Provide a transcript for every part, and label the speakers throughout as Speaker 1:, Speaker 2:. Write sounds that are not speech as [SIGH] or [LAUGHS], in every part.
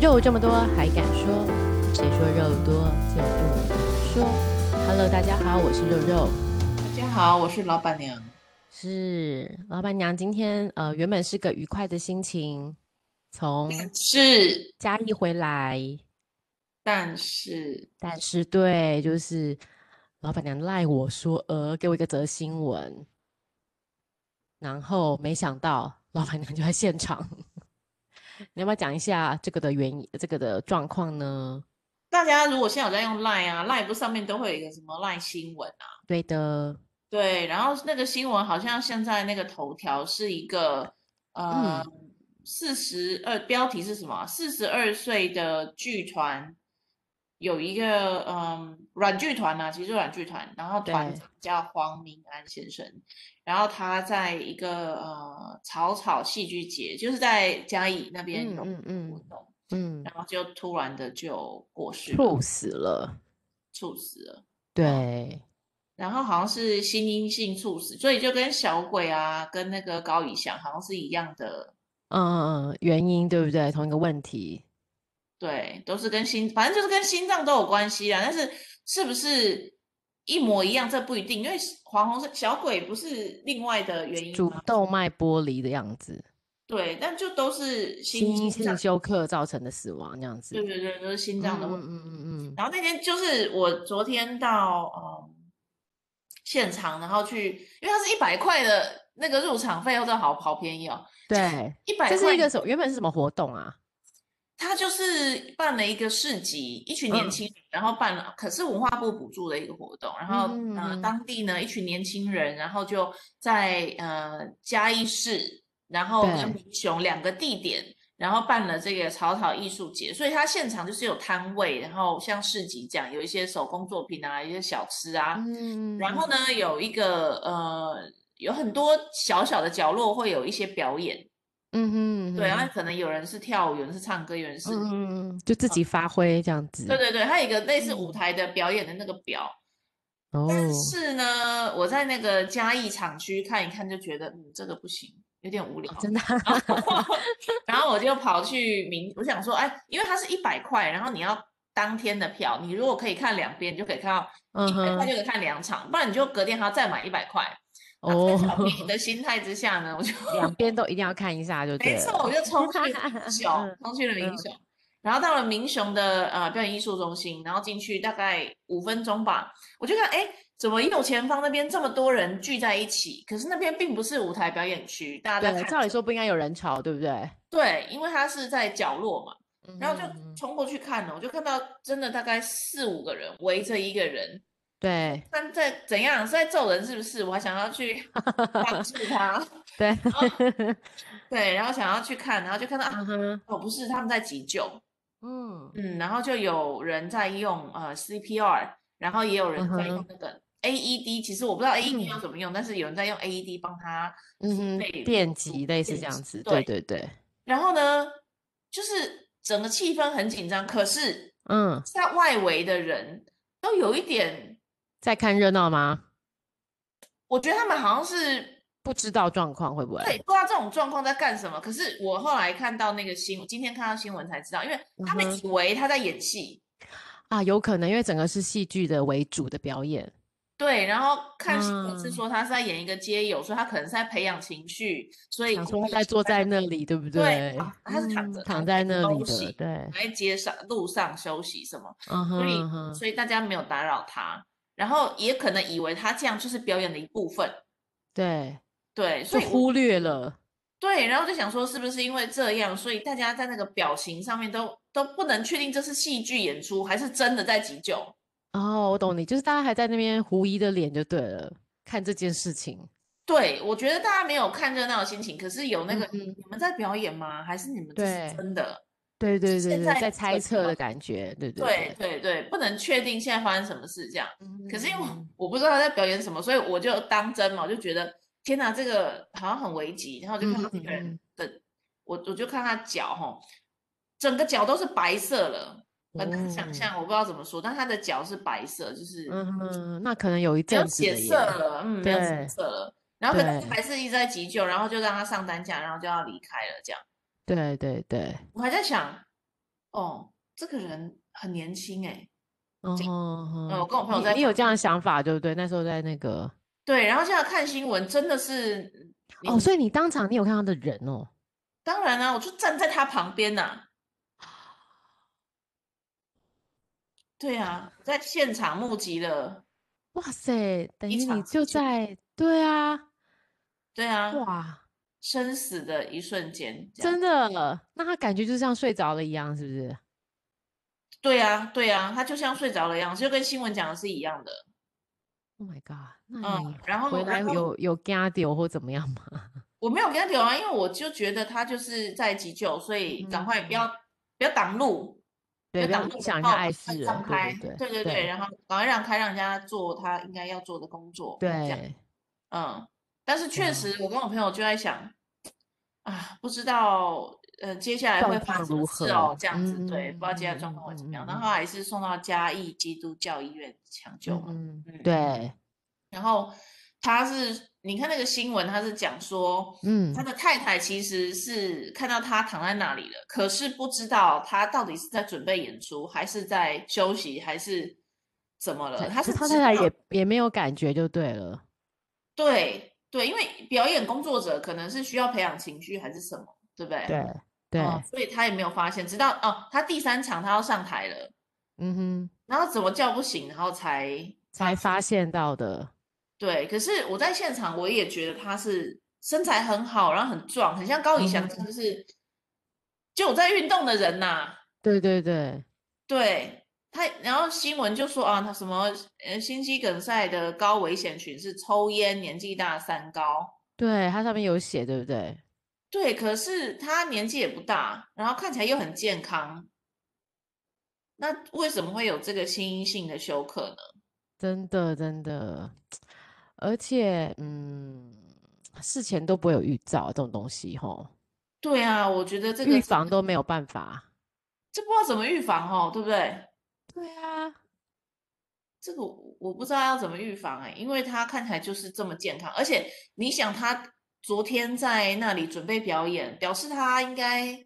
Speaker 1: 肉这么多还敢说？谁说肉多就不能说？Hello，大家好，我是肉肉，
Speaker 2: 大家好，我是老板娘。
Speaker 1: 是老板娘。今天呃，原本是个愉快的心情，从
Speaker 2: 是，
Speaker 1: 嘉义回来，
Speaker 2: 但是
Speaker 1: 但是对，就是老板娘赖我说，呃，给我一个则新闻，然后没想到老板娘就在现场。 [LAUGHS] 你要不要讲一下这个的原因，这个的状况呢？
Speaker 2: 大家如果现在有在用 Line 啊，Line 不是上面都会有一个什么 Line 新闻啊？
Speaker 1: 对的，
Speaker 2: 对，然后那个新闻好像现在那个头条是一个呃
Speaker 1: 嗯
Speaker 2: 四十二，标题是什么？啊四十二岁的剧团有一个嗯软剧团啊，其实软剧团，然后团
Speaker 1: 对
Speaker 2: 长叫黄明安先生，然后他在一个呃草草戏剧节，就是在嘉义那边
Speaker 1: 嗯
Speaker 2: 有
Speaker 1: 嗯
Speaker 2: 活
Speaker 1: 嗯
Speaker 2: 动。
Speaker 1: 嗯，
Speaker 2: 然后就突然的就过世了，
Speaker 1: 猝死了，
Speaker 2: 猝死了。
Speaker 1: 对，
Speaker 2: 然后好像是心因性猝死，所以就跟小鬼啊，跟那个高以翔好像是一样的，
Speaker 1: 嗯嗯嗯，原因对不对？同一个问题，
Speaker 2: 对，都是跟心，反正就是跟心脏都有关系啊。但是是不是一模一样，这不一定，因为黄宏生小鬼不是另外的原因
Speaker 1: 主
Speaker 2: 吗？
Speaker 1: 动脉剥离的样子，
Speaker 2: 对，但就都是心
Speaker 1: 心因
Speaker 2: 脏
Speaker 1: 性，休克造成的死亡这样子，
Speaker 2: 对对对，都是心脏的问题。
Speaker 1: 嗯嗯嗯嗯嗯，
Speaker 2: 然后那天就是我昨天到嗯现场，然后去，因为它是一百块的那个入场费，真的好好便宜哦，
Speaker 1: 对，
Speaker 2: 一百
Speaker 1: 这
Speaker 2: 块。
Speaker 1: 是一个什么？原本是什么活动啊？
Speaker 2: 他就是办了一个市集，一群年
Speaker 1: 嗯
Speaker 2: 轻人，然后办了，可是文化部补助的一个活动，然后、
Speaker 1: 嗯
Speaker 2: 呃，
Speaker 1: 嗯
Speaker 2: 当地呢一群年轻人，然后就在呃嘉义市，然后跟
Speaker 1: 对
Speaker 2: 民雄两个地点，然后办了这个草草艺术节，所以他现场就是有摊位，然后像市集这样，有一些手工作品啊，一些小吃啊，
Speaker 1: 嗯，
Speaker 2: 然后呢有一个呃有很多小小的角落会有一些表演，
Speaker 1: 嗯哼，嗯哼，
Speaker 2: 对，然后可能有人是跳舞，有人是唱歌，有人是。
Speaker 1: 嗯嗯嗯，就自己发挥这样子，
Speaker 2: 对对对，它有一个类似舞
Speaker 1: 嗯
Speaker 2: 台的表演的那个表，
Speaker 1: 哦，
Speaker 2: 但是呢，我在那个嘉义厂区看一看，就觉得嗯，这个不行，有点无聊。
Speaker 1: 真的啊，
Speaker 2: [LAUGHS] 然后我就跑去明，我想说，哎，因为它是一百块，然后你要当天的票，你如果可以看两边，你就可以看到一
Speaker 1: 嗯
Speaker 2: 百块
Speaker 1: 哼，
Speaker 2: 就可以看两场，不然你就隔天还要再买一百块。然后在小
Speaker 1: 哦，
Speaker 2: 便宜的心态之下呢，我就
Speaker 1: 两边都一定要看一下就对
Speaker 2: 没
Speaker 1: 了，
Speaker 2: 错，我就冲去了民
Speaker 1: [LAUGHS]
Speaker 2: 雄
Speaker 1: 嗯，
Speaker 2: 冲去了民
Speaker 1: 嗯
Speaker 2: 雄，然后到了民雄的呃表演艺术中心，然后进去大概五分钟吧，我就看哎，诶怎么右前方那边这么多人聚在一起？可是那边并不是舞台表演区，大家在
Speaker 1: 对，
Speaker 2: 看
Speaker 1: 照理说不应该有人潮，对不对？
Speaker 2: 对，因为它是在角落嘛，
Speaker 1: 嗯
Speaker 2: 然后就
Speaker 1: 哼嗯哼
Speaker 2: 冲过去看哦了，我就看到真的大概四五个人围着一个人，
Speaker 1: 对
Speaker 2: 但在怎样是在揍人是不是？我还想
Speaker 1: [LAUGHS]
Speaker 2: 要去帮助他， [LAUGHS]
Speaker 1: 对，
Speaker 2: 对，然后想要去看，然后就看到啊，
Speaker 1: [LAUGHS] 嗯哼，
Speaker 2: 哦不是他们在急救。
Speaker 1: 嗯，
Speaker 2: 嗯，然后就有人在用呃 CPR，然后也有人在
Speaker 1: 嗯
Speaker 2: 用那个 AED。其实我不知道 AED 要怎么用，但是有人在用 AED 帮他
Speaker 1: 嗯哼
Speaker 2: 肺，
Speaker 1: 电
Speaker 2: 部
Speaker 1: 极类似
Speaker 2: 电
Speaker 1: 这样
Speaker 2: 极
Speaker 1: 子，对
Speaker 2: 对
Speaker 1: 对对，
Speaker 2: 然后呢，就是整个气氛很紧张，可是
Speaker 1: 嗯，
Speaker 2: 在外围的人都有一点，
Speaker 1: 在看热闹吗？
Speaker 2: 我觉得他们好像是
Speaker 1: 不知道状况会不会？
Speaker 2: 对不知道这种状况在干什么。可是我后来看到那个新闻，今天看到新闻才知道，因为他
Speaker 1: 嗯
Speaker 2: 们
Speaker 1: 哼
Speaker 2: 以为他在演戏。
Speaker 1: 啊，有可能，因为整个是戏剧的为主的表演，
Speaker 2: 对，然后看新闻是
Speaker 1: 嗯
Speaker 2: 说他是在演一个街友，所以他可能是在培养情绪，所以
Speaker 1: 想
Speaker 2: 故
Speaker 1: 说
Speaker 2: 意
Speaker 1: 他坐在
Speaker 2: 那
Speaker 1: 那里，对不
Speaker 2: 对
Speaker 1: 对
Speaker 2: 躺？他是躺
Speaker 1: 嗯
Speaker 2: 着
Speaker 1: 躺
Speaker 2: 躺
Speaker 1: 在那
Speaker 2: 着休
Speaker 1: 里的，
Speaker 2: 息
Speaker 1: 对，
Speaker 2: 在街上路上休息什么，
Speaker 1: 嗯哼
Speaker 2: 所以
Speaker 1: 嗯哼，
Speaker 2: 所以大家没有打扰他，然后也可能以为他这样就是表演的一部分，
Speaker 1: 对，
Speaker 2: 对，所
Speaker 1: 就
Speaker 2: 以我
Speaker 1: 忽略了，
Speaker 2: 对，然后就想说是不是因为这样，所以大家在那个表情上面都都不能确定这是戏剧演出还是真的在急救。
Speaker 1: 哦，我懂你，就是大家还在那边狐疑的脸就对了，看这件事情，
Speaker 2: 对，我觉得大家没有看热闹的心情，可是有那
Speaker 1: 嗯
Speaker 2: 个、
Speaker 1: 嗯
Speaker 2: 你们在表演吗？还是你们这
Speaker 1: 对
Speaker 2: 是真的？
Speaker 1: 对对对
Speaker 2: 现
Speaker 1: 对，
Speaker 2: 在
Speaker 1: 在
Speaker 2: 这
Speaker 1: 猜
Speaker 2: 个
Speaker 1: 测的
Speaker 2: 状
Speaker 1: 感觉，对对
Speaker 2: 对
Speaker 1: 对，
Speaker 2: 对对，不能确定现在发生什么事这样。
Speaker 1: 嗯
Speaker 2: 可是因为我
Speaker 1: 嗯
Speaker 2: 我不知道他在表演什么，所以我就当真嘛，我就觉得天哪，这个好像很危急。然后我就看到这个
Speaker 1: 嗯嗯嗯
Speaker 2: 人的，我我就看他脚吼，整个脚都是白色了，很难想
Speaker 1: 哦
Speaker 2: 象，我不知道怎么说，但他的脚是白色，就是
Speaker 1: 嗯哼，那可能有一
Speaker 2: 没有
Speaker 1: 阵子
Speaker 2: 血
Speaker 1: 的耶
Speaker 2: 色，了，嗯，没有血
Speaker 1: 对
Speaker 2: 色了。然后可是
Speaker 1: 对
Speaker 2: 他还是一直在急救，然后就让他上担架，然后就要离开了这样。
Speaker 1: 对对对，
Speaker 2: 我还在想，哦，这个人很年轻哎，
Speaker 1: 嗯哼
Speaker 2: 嗯，我
Speaker 1: 哼，
Speaker 2: 跟我朋友
Speaker 1: 你
Speaker 2: 在
Speaker 1: 你有这样的想法对不对？那时候在那个
Speaker 2: 对，然后现在看新闻真的是，你
Speaker 1: 哦，所以你当场你有看到的人哦，
Speaker 2: 当然啊啦、我就站在他旁边呐、对啊，我在现场目击了，
Speaker 1: 哇塞，等
Speaker 2: 一
Speaker 1: 于你
Speaker 2: 场
Speaker 1: 就
Speaker 2: 就
Speaker 1: 在对啊，
Speaker 2: 对啊，
Speaker 1: 哇，
Speaker 2: 生死的一瞬间，这
Speaker 1: 真
Speaker 2: 样
Speaker 1: 的，那他感觉就像睡着了一样，是不是？
Speaker 2: 对啊，对啊，他就像睡着了一样，就跟新闻讲的是一样的。
Speaker 1: Oh my god！那
Speaker 2: 嗯
Speaker 1: 你
Speaker 2: 然后
Speaker 1: 回来
Speaker 2: 然后
Speaker 1: 有有加丢或怎么样吗？ [LAUGHS]
Speaker 2: 我没有跟他聊啊，因为我就觉得他就是在急救，所以赶快不
Speaker 1: 嗯
Speaker 2: 要、不要挡路，
Speaker 1: 对，不要
Speaker 2: 挡
Speaker 1: 影
Speaker 2: 路，
Speaker 1: 响
Speaker 2: 然
Speaker 1: 人家
Speaker 2: 后
Speaker 1: 碍
Speaker 2: 赶快
Speaker 1: 事
Speaker 2: 让
Speaker 1: 人，
Speaker 2: 开，
Speaker 1: 对
Speaker 2: 对对
Speaker 1: 对对
Speaker 2: 然后赶快让开，让人家做他应该要做的工作，这样，
Speaker 1: 对，啊
Speaker 2: 嗯。但是确
Speaker 1: 哇，
Speaker 2: 实，我跟我朋友就在想，啊，不知道呃接下来会
Speaker 1: 状
Speaker 2: 发生
Speaker 1: 况
Speaker 2: 什么
Speaker 1: 如
Speaker 2: 事哦，
Speaker 1: 何？
Speaker 2: 这样子，对，不知道接下来
Speaker 1: 嗯
Speaker 2: 状况会怎么样。
Speaker 1: 嗯嗯嗯
Speaker 2: 然
Speaker 1: 嗯
Speaker 2: 后还是送到嘉义基督教医院抢救
Speaker 1: 嗯
Speaker 2: 嘛，
Speaker 1: 嗯，
Speaker 2: 嗯嗯。
Speaker 1: 对，
Speaker 2: 然后他是，你看那个新闻，他是讲说他
Speaker 1: 嗯
Speaker 2: 的太太其实是看到他躺在那里了，可是不知道他到底是在准备演出，还是在休息，还是怎么
Speaker 1: 他
Speaker 2: 了？他
Speaker 1: 他
Speaker 2: 是
Speaker 1: 嗯他
Speaker 2: 知
Speaker 1: 太太
Speaker 2: 道，
Speaker 1: 也也没有感觉就对了，
Speaker 2: 对对，因为表演工作者可能是需要培养情绪还是什么，对不对？
Speaker 1: 对
Speaker 2: 哦、
Speaker 1: 对，
Speaker 2: 所以他也没有发现，直到哦，他第三场他要上台了，
Speaker 1: 嗯哼，
Speaker 2: 然后怎么叫不醒，然后才发
Speaker 1: 才
Speaker 2: 现。
Speaker 1: 发现到的，
Speaker 2: 对，可是我在现场，我也觉得他是身材很好，然后很壮，很像高以
Speaker 1: 嗯
Speaker 2: 翔，
Speaker 1: 哼，
Speaker 2: 真的是就有在运动的人呐、
Speaker 1: 对对对，
Speaker 2: 对他，然后新闻就说啊，他什么呃心肌梗塞的高危险群是抽烟、年纪大、三高。
Speaker 1: 对，它上面有写，对不对？
Speaker 2: 对，可是他年纪也不大，然后看起来又很健康，那为什么会有这个心因性的休克呢？
Speaker 1: 真的真的，而且嗯，事前都不会有预兆这种东西吼，
Speaker 2: 对啊，我觉得这个
Speaker 1: 预
Speaker 2: 真
Speaker 1: 防
Speaker 2: 的
Speaker 1: 都没有办法。
Speaker 2: 这不知道怎么预防哦，对不对？
Speaker 1: 对啊，
Speaker 2: 这个我我不知道要怎么预防哎、因为他看起来就是这么健康，而且你想他昨天在那里准备表演，表示他应该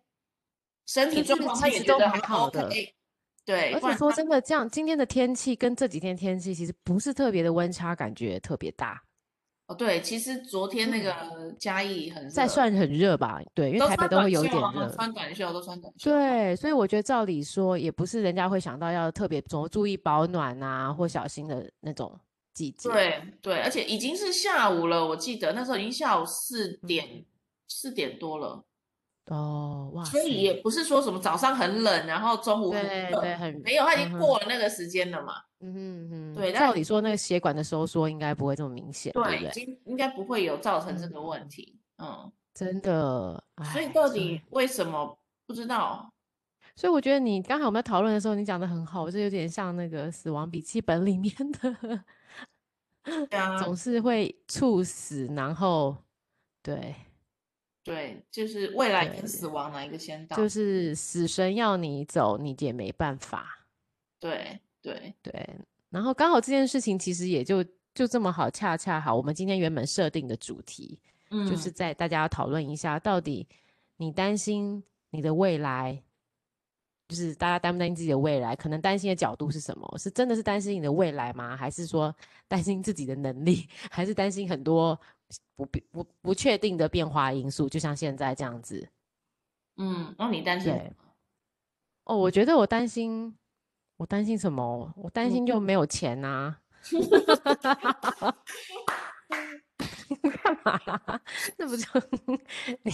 Speaker 2: 身体
Speaker 1: 就
Speaker 2: 状
Speaker 1: 是
Speaker 2: 况
Speaker 1: 其
Speaker 2: 他也
Speaker 1: 实
Speaker 2: 觉
Speaker 1: 都
Speaker 2: 得
Speaker 1: 蛮
Speaker 2: 还
Speaker 1: 好的。
Speaker 2: OK，对，
Speaker 1: 而
Speaker 2: 不
Speaker 1: 且
Speaker 2: 然
Speaker 1: 说
Speaker 2: 他
Speaker 1: 真的，这样今天的天气跟这几天天气其实不是特别的温差，感觉特别大。
Speaker 2: 哦对，其实昨天那
Speaker 1: 嗯，
Speaker 2: 个嘉义很
Speaker 1: 再
Speaker 2: 热，
Speaker 1: 算很热吧，对，因为
Speaker 2: 都
Speaker 1: 台北
Speaker 2: 穿
Speaker 1: 都会
Speaker 2: 短
Speaker 1: 有
Speaker 2: 袖
Speaker 1: 一点
Speaker 2: 啊，
Speaker 1: 热。
Speaker 2: 穿短袖都穿短袖，
Speaker 1: 对，所以我觉得照理说，也不是人家会想到要特别怎么注意保暖啊，或小心的那种季节。
Speaker 2: 对对，而且已经是下午了，我记得那时候已经下午四点
Speaker 1: 嗯，
Speaker 2: 四点多了。
Speaker 1: 哦，哇
Speaker 2: 所以
Speaker 1: 塞，
Speaker 2: 也不是说什么早上很冷，然后中午很
Speaker 1: 对对，
Speaker 2: 热，
Speaker 1: 很，
Speaker 2: 没有，它已
Speaker 1: 嗯
Speaker 2: 经
Speaker 1: 哼，
Speaker 2: 过了那个时间了嘛。
Speaker 1: 嗯哼嗯哼，
Speaker 2: 对，但
Speaker 1: 照理说那个血管的收缩应该不会这么明显，对
Speaker 2: 对，
Speaker 1: 不
Speaker 2: 已
Speaker 1: 对？
Speaker 2: 经应该不会有造成这
Speaker 1: 嗯，
Speaker 2: 个问题。嗯，
Speaker 1: 真的，
Speaker 2: 所以
Speaker 1: 哎，
Speaker 2: 到
Speaker 1: 所以。
Speaker 2: 底为什么不知道？
Speaker 1: 所以我觉得你刚才我们在讨论的时候，你讲的很好，这有点像那个《死亡笔记本》里面的
Speaker 2: 对啊，
Speaker 1: 嗯总是会猝死，然后对
Speaker 2: 对，就是未来跟
Speaker 1: 对，
Speaker 2: 死亡哪一个先
Speaker 1: 就
Speaker 2: 到？
Speaker 1: 是死神要你走，你也没办法。
Speaker 2: 对对，
Speaker 1: 对，然后刚好这件事情其实也就就这么好，恰恰好，我们今天原本设定的主题就是
Speaker 2: 嗯，
Speaker 1: 在大家要讨论一下，到底你担心你的未来，就是大家担不担心自己的未来？可能担心的角度是什么？是真的是担心你的未来吗？还是说 [LAUGHS] 担心自己的能力？还是担心很多不必不不确定的变化因素？就像现在这样子，
Speaker 2: 嗯，那、你担心什
Speaker 1: 对。
Speaker 2: 么？
Speaker 1: 哦，我觉得我担心，我担心什么？我担
Speaker 2: 嗯，
Speaker 1: 心就没有钱啊 [LAUGHS] 呐、干嘛 [LAUGHS] 啦？那不就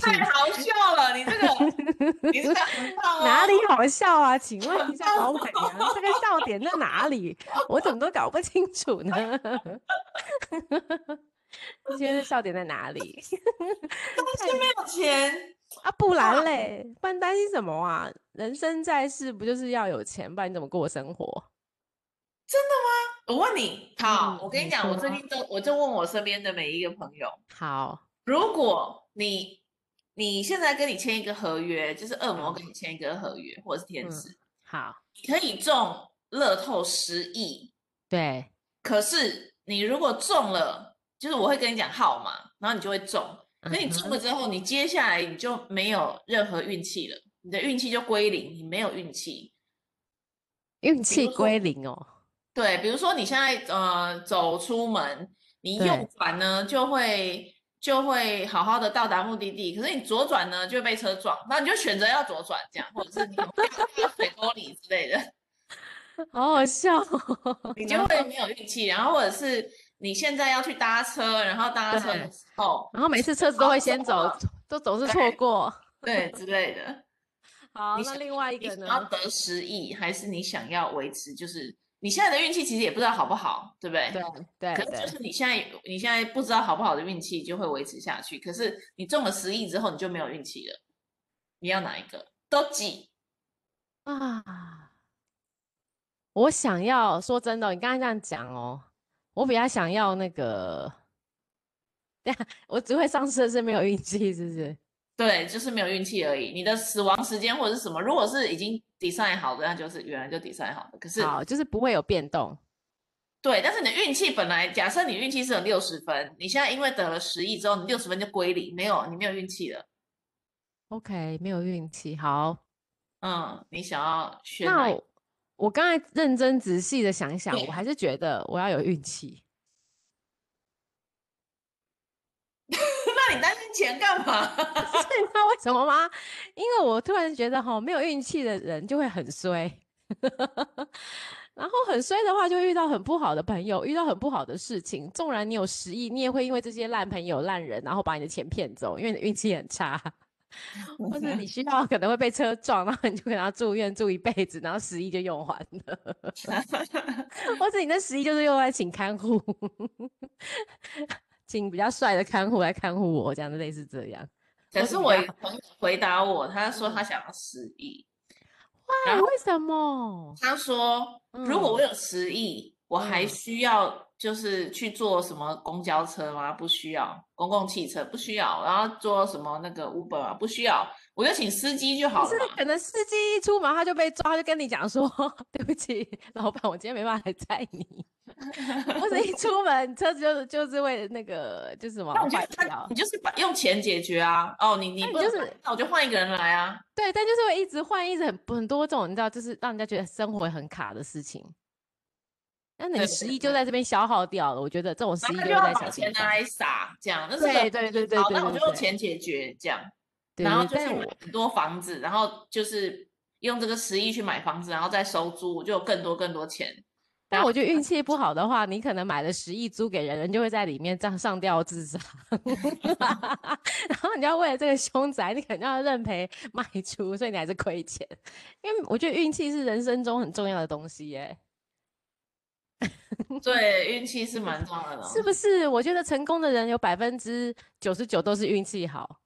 Speaker 2: 太
Speaker 1: 你
Speaker 2: 好笑了，你这个，你这个很
Speaker 1: [LAUGHS]
Speaker 2: 棒
Speaker 1: 哪
Speaker 2: 哦，
Speaker 1: 里好笑啊？请问一
Speaker 2: 很
Speaker 1: 下老板娘，这个
Speaker 2: 棒
Speaker 1: 笑点在哪里？我怎么都搞不清楚呢？ [LAUGHS] 你觉得笑点在哪里？太
Speaker 2: 哦，是没有钱，
Speaker 1: 啊，不然嘞，不然担心什么啊？人生在世不就是要有钱，不然你怎么过生活？
Speaker 2: 真的吗？我问你，好，
Speaker 1: 嗯，
Speaker 2: 我跟你
Speaker 1: 你
Speaker 2: 讲，我最
Speaker 1: 说，
Speaker 2: 近都，我就问我身边的每一个朋友，
Speaker 1: 好，
Speaker 2: 如果你你现在跟你签一个合约，就是恶魔
Speaker 1: 好，
Speaker 2: 跟你签一个合约，或者是天
Speaker 1: 嗯，
Speaker 2: 使，
Speaker 1: 好，
Speaker 2: 你可以中乐透十亿，
Speaker 1: 对，
Speaker 2: 可是你如果中了，就是我会跟你讲号码，然后你就会中。可
Speaker 1: 嗯
Speaker 2: 你中了
Speaker 1: 哼。
Speaker 2: 之后，你接下来你就没有任何运气了。你的运气就归零，你没有运气。
Speaker 1: 运气
Speaker 2: 如说
Speaker 1: 归零哦，
Speaker 2: 对，比如说你现在呃走出门，你
Speaker 1: 对
Speaker 2: 右转呢就会就会好好的到达目的地，可是你左转呢就会被车撞，那你就选择要左转这样，或者是你掉 [LAUGHS] 水沟里之类的，
Speaker 1: 好好笑哦。
Speaker 2: 你就
Speaker 1: 然后
Speaker 2: 会没有运气。然后或者是你现在要去搭车，然后搭车的
Speaker 1: 对
Speaker 2: 时
Speaker 1: [LAUGHS]
Speaker 2: 候，
Speaker 1: 然后每次车子都会
Speaker 2: 好
Speaker 1: 先
Speaker 2: 走
Speaker 1: 走
Speaker 2: 了，
Speaker 1: 都总是
Speaker 2: 对
Speaker 1: 错过。
Speaker 2: 对之类的，
Speaker 1: [LAUGHS] 好，
Speaker 2: 你
Speaker 1: 那
Speaker 2: 想
Speaker 1: 另外一
Speaker 2: 你
Speaker 1: 个
Speaker 2: 想要
Speaker 1: 呢？
Speaker 2: 得失意，还是你想要维持，就是你现在的运气其实也不知道好不好，对不对？
Speaker 1: 对对
Speaker 2: 可是
Speaker 1: 对
Speaker 2: 就，是你现在你现在不知道好不好的运气就会维持下去，可是你中了十亿之后你就没有运气了，你要哪一个？都挤，
Speaker 1: 啊，我想要说真的哦、你刚才这样讲哦，我比较想要那个，对下我只会上车是没有运气，是不是？
Speaker 2: 对，就是没有运气而已。你的死亡时间或者是什么，如果是已经 design 好的，那就是原来就 design 好的。可是
Speaker 1: 好，就是不会有变动。
Speaker 2: 对，但是你的运气本来假设你运气是有六十分，你现在因为得了十亿之后，你六十分就归零，没有你没有运气了。
Speaker 1: OK，没有运气。好，
Speaker 2: 嗯，你想要选哪
Speaker 1: 那
Speaker 2: 一个？
Speaker 1: 我我刚才认真仔细的想一想，我
Speaker 2: 对
Speaker 1: 还是觉得我要有运气。
Speaker 2: 那你担心钱干嘛？
Speaker 1: 所以你知道为什么吗？因为我突然觉得哈，没有运气的人就会很衰，然后很衰的话就会遇到很不好的朋友，遇到很不好的事情。纵然你有十亿，你也会因为这些烂朋友、烂人，然后把你的钱骗走，因为你的运气很差，或者你需要可能会被车撞，然后你就给他住院住一辈子，然后十亿就用完了。 [LAUGHS] 或者你那十亿就是用来请看护，请比较帅的看护来看护我，这样类似这样。[LAUGHS]
Speaker 2: 可
Speaker 1: 我
Speaker 2: 是
Speaker 1: 比
Speaker 2: 我
Speaker 1: 较
Speaker 2: 有朋友回答我，他说他
Speaker 1: 嗯
Speaker 2: 想要十亿，然
Speaker 1: 哎，
Speaker 2: 后
Speaker 1: 为什么？
Speaker 2: 他说如果
Speaker 1: 嗯
Speaker 2: 我有十亿，我还
Speaker 1: 嗯
Speaker 2: 需要就是去坐什么公交车吗？不需要，公共汽车不需要，然后坐什么那个 Uber 啊，不需要，我就请司机就
Speaker 1: 可
Speaker 2: 好
Speaker 1: 是
Speaker 2: 了嘛。
Speaker 1: 可能司机一出门他就被抓，他就跟你讲说：“ [LAUGHS] 对不起，老板，我今天没办法来载你。” [LAUGHS] 或者一出门车子就是就是为了那个就是什么
Speaker 2: 那我觉
Speaker 1: 坏
Speaker 2: 得他
Speaker 1: 掉啊
Speaker 2: 你，就是把用钱解决啊，哦，你你
Speaker 1: 那你
Speaker 2: 不能
Speaker 1: 就是
Speaker 2: 买，那我就换一个人来啊。
Speaker 1: 对，但就是会一直换，一直很很多种，你知道，就是让人家觉得生活很卡的事情。那你
Speaker 2: 对
Speaker 1: 十
Speaker 2: 对
Speaker 1: 亿就在这边消耗掉了，我觉得这种十
Speaker 2: 然后
Speaker 1: 亿
Speaker 2: 他
Speaker 1: 就
Speaker 2: 就是要
Speaker 1: 在
Speaker 2: 把
Speaker 1: 小地
Speaker 2: 钱拿
Speaker 1: 方。
Speaker 2: 来撒，这样，那是
Speaker 1: 对
Speaker 2: 很
Speaker 1: 对对对
Speaker 2: 好，
Speaker 1: 对
Speaker 2: 那我
Speaker 1: 对
Speaker 2: 就用
Speaker 1: 对
Speaker 2: 钱解决这样。
Speaker 1: 对
Speaker 2: 然后
Speaker 1: 对，
Speaker 2: 就去
Speaker 1: 但
Speaker 2: 买
Speaker 1: 我
Speaker 2: 很多房子，然后就是用这个十亿去买房子，然后再收租，我就有更多更
Speaker 1: [LAUGHS]
Speaker 2: 多钱。
Speaker 1: 但
Speaker 2: 然
Speaker 1: 我
Speaker 2: 后
Speaker 1: 觉得运气不好的话，你可能买了十亿租给人，人就会在里面上上吊自杀。 [LAUGHS] 然后你要为了这个凶宅，你可能要认赔卖出，所以你还是亏钱。因为我觉得运气是人生中很重要的东西耶，
Speaker 2: 对运气是蛮重要的哦，
Speaker 1: 是不是？我觉得成功的人有百分之九十九都是运气好。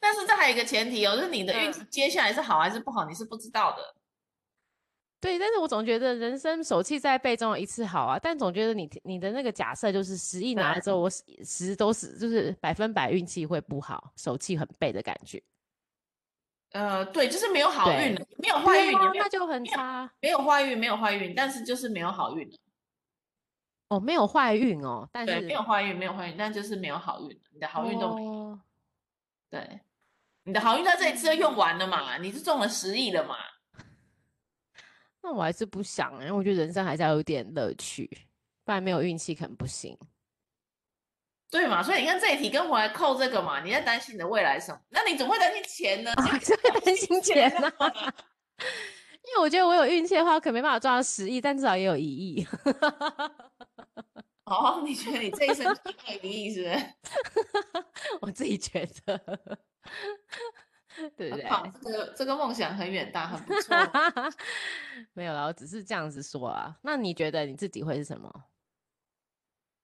Speaker 2: 但是这还有一个前提哦，就是你的运
Speaker 1: 嗯
Speaker 2: 气接下来是好还是不好，你是不知道的。
Speaker 1: 对，但是我总觉得人生手气在背，总有一次好啊。但总觉得你你的那个假设就是十亿拿了之后，我十十都是就是百分百运气会不好，手气很背的感觉。
Speaker 2: 呃，对，就是没有好
Speaker 1: 对
Speaker 2: 运了，没有坏
Speaker 1: 对
Speaker 2: 运，
Speaker 1: 啊
Speaker 2: 也没有
Speaker 1: 那就很
Speaker 2: 没有
Speaker 1: 差
Speaker 2: 没有坏运，没有坏运，但是就是没有好运了。
Speaker 1: 哦，没有坏运哦，但
Speaker 2: 对，
Speaker 1: 是
Speaker 2: 没有坏运，没有坏运，但就是没有好运了，你的好运都没有。
Speaker 1: 哦，
Speaker 2: 对，你的好运在这一次就用完了嘛，你是中了十亿了嘛。
Speaker 1: 那我还是不想欸，因为我觉得人生还是要有一点乐趣，不然没有运气可能不
Speaker 2: [LAUGHS]
Speaker 1: 行。 [LAUGHS]
Speaker 2: 对嘛？所以你看这一题跟回来扣这个嘛，你在担心你的未来什么？那你总会担心钱呢？ [LAUGHS]
Speaker 1: 还是会担心钱呐、 [LAUGHS] 因为我觉得我有运气的话，我可能没办法赚到十亿，但至少也有一亿。 [LAUGHS]
Speaker 2: 哦，你觉得你这一生就一个亿是不是？
Speaker 1: 我自己觉得， [LAUGHS] 对不对？
Speaker 2: 好，嗯这个这个梦想很远大，很不错。 [LAUGHS]
Speaker 1: [LAUGHS] 没有啦，我只是这样子说啊。那你觉得你自己会是什么？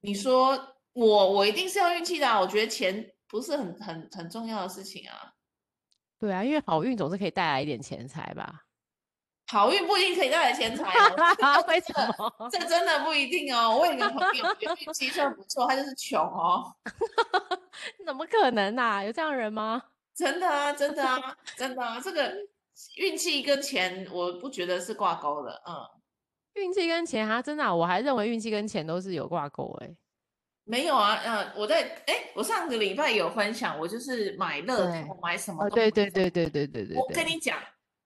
Speaker 2: 你说我我一定是要运气的、啊，我觉得钱不是很很很重要的事情啊。
Speaker 1: 对啊，因为好运总是可以带来一点钱财吧？
Speaker 2: 好运不一定可以带来钱财哦， [LAUGHS]
Speaker 1: [LAUGHS] 为什么？
Speaker 2: 这真的不一定哦。我有一个朋友，我觉得运气算不错，他就是穷哦，
Speaker 1: 怎么可能啊？有这样人吗？
Speaker 2: 真的啊，真
Speaker 1: [LAUGHS]
Speaker 2: 的啊，真的啊，这个运气跟钱我不觉得是挂钩的，嗯。
Speaker 1: 运气跟钱啊，真的啊、我还认为运气跟钱都是有挂钩哎、
Speaker 2: 没有啊，呃，我在哎，我上个礼拜有分享，我就是买乐
Speaker 1: 对
Speaker 2: 透，买什么
Speaker 1: 哦，
Speaker 2: 东
Speaker 1: 对
Speaker 2: 西、
Speaker 1: 对对对对对对，
Speaker 2: 我跟
Speaker 1: 对
Speaker 2: 你讲，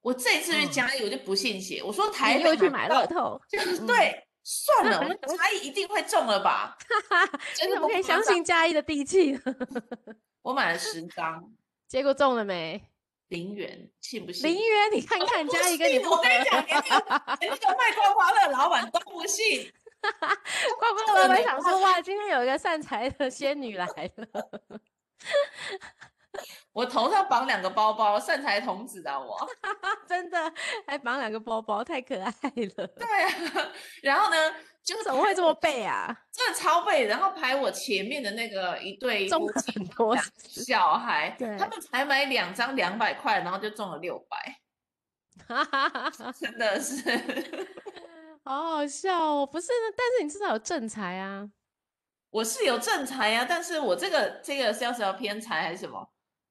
Speaker 2: 我这一次去
Speaker 1: 嗯
Speaker 2: 嘉义，我就不信邪，我说台
Speaker 1: 你
Speaker 2: 北
Speaker 1: 又去买乐
Speaker 2: 了，
Speaker 1: 透，
Speaker 2: 就是
Speaker 1: 嗯
Speaker 2: 对，算了，我
Speaker 1: [LAUGHS]
Speaker 2: 嘉义一定会中了吧？真
Speaker 1: 你
Speaker 2: 的
Speaker 1: 怎么
Speaker 2: 不
Speaker 1: 可以
Speaker 2: 夸
Speaker 1: 相
Speaker 2: 张？
Speaker 1: 信嘉义的地气呢？ [LAUGHS]
Speaker 2: 我买了十张
Speaker 1: 结果中了没？
Speaker 2: 零元，信不信？
Speaker 1: 林渊，你看
Speaker 2: 我
Speaker 1: 看
Speaker 2: 不
Speaker 1: 嘉义跟你
Speaker 2: 信
Speaker 1: 不
Speaker 2: 我跟你
Speaker 1: 合
Speaker 2: 讲，连
Speaker 1: [LAUGHS]
Speaker 2: 那个连那个卖刮刮乐的老板都不信，
Speaker 1: 怪不
Speaker 2: 这
Speaker 1: 得老
Speaker 2: 个
Speaker 1: 板
Speaker 2: 没
Speaker 1: 想
Speaker 2: 办
Speaker 1: 说，哇，今天有一个善财的仙女来了。 [LAUGHS]
Speaker 2: 我头上绑两个包包，善财童子啊我。 [LAUGHS]
Speaker 1: 真的还绑两个包包，太可爱了。
Speaker 2: 对啊，然后呢，就
Speaker 1: 怎么会这么背啊？
Speaker 2: 真的超背，然后排我前面的那个一
Speaker 1: [LAUGHS]
Speaker 2: 对
Speaker 1: 中
Speaker 2: 夫
Speaker 1: 了
Speaker 2: 妻
Speaker 1: 很多
Speaker 2: 两
Speaker 1: 是
Speaker 2: 个小孩，他
Speaker 1: 对
Speaker 2: 们才买两张两百块，然后就中了六百， [LAUGHS]
Speaker 1: 不是，
Speaker 2: 真的是。
Speaker 1: [LAUGHS]
Speaker 2: [LAUGHS]
Speaker 1: 好好笑哦！不是，但是你至少有正财啊。
Speaker 2: 我是有正财呀、啊，但是我这个这个是要是要偏财还是什么？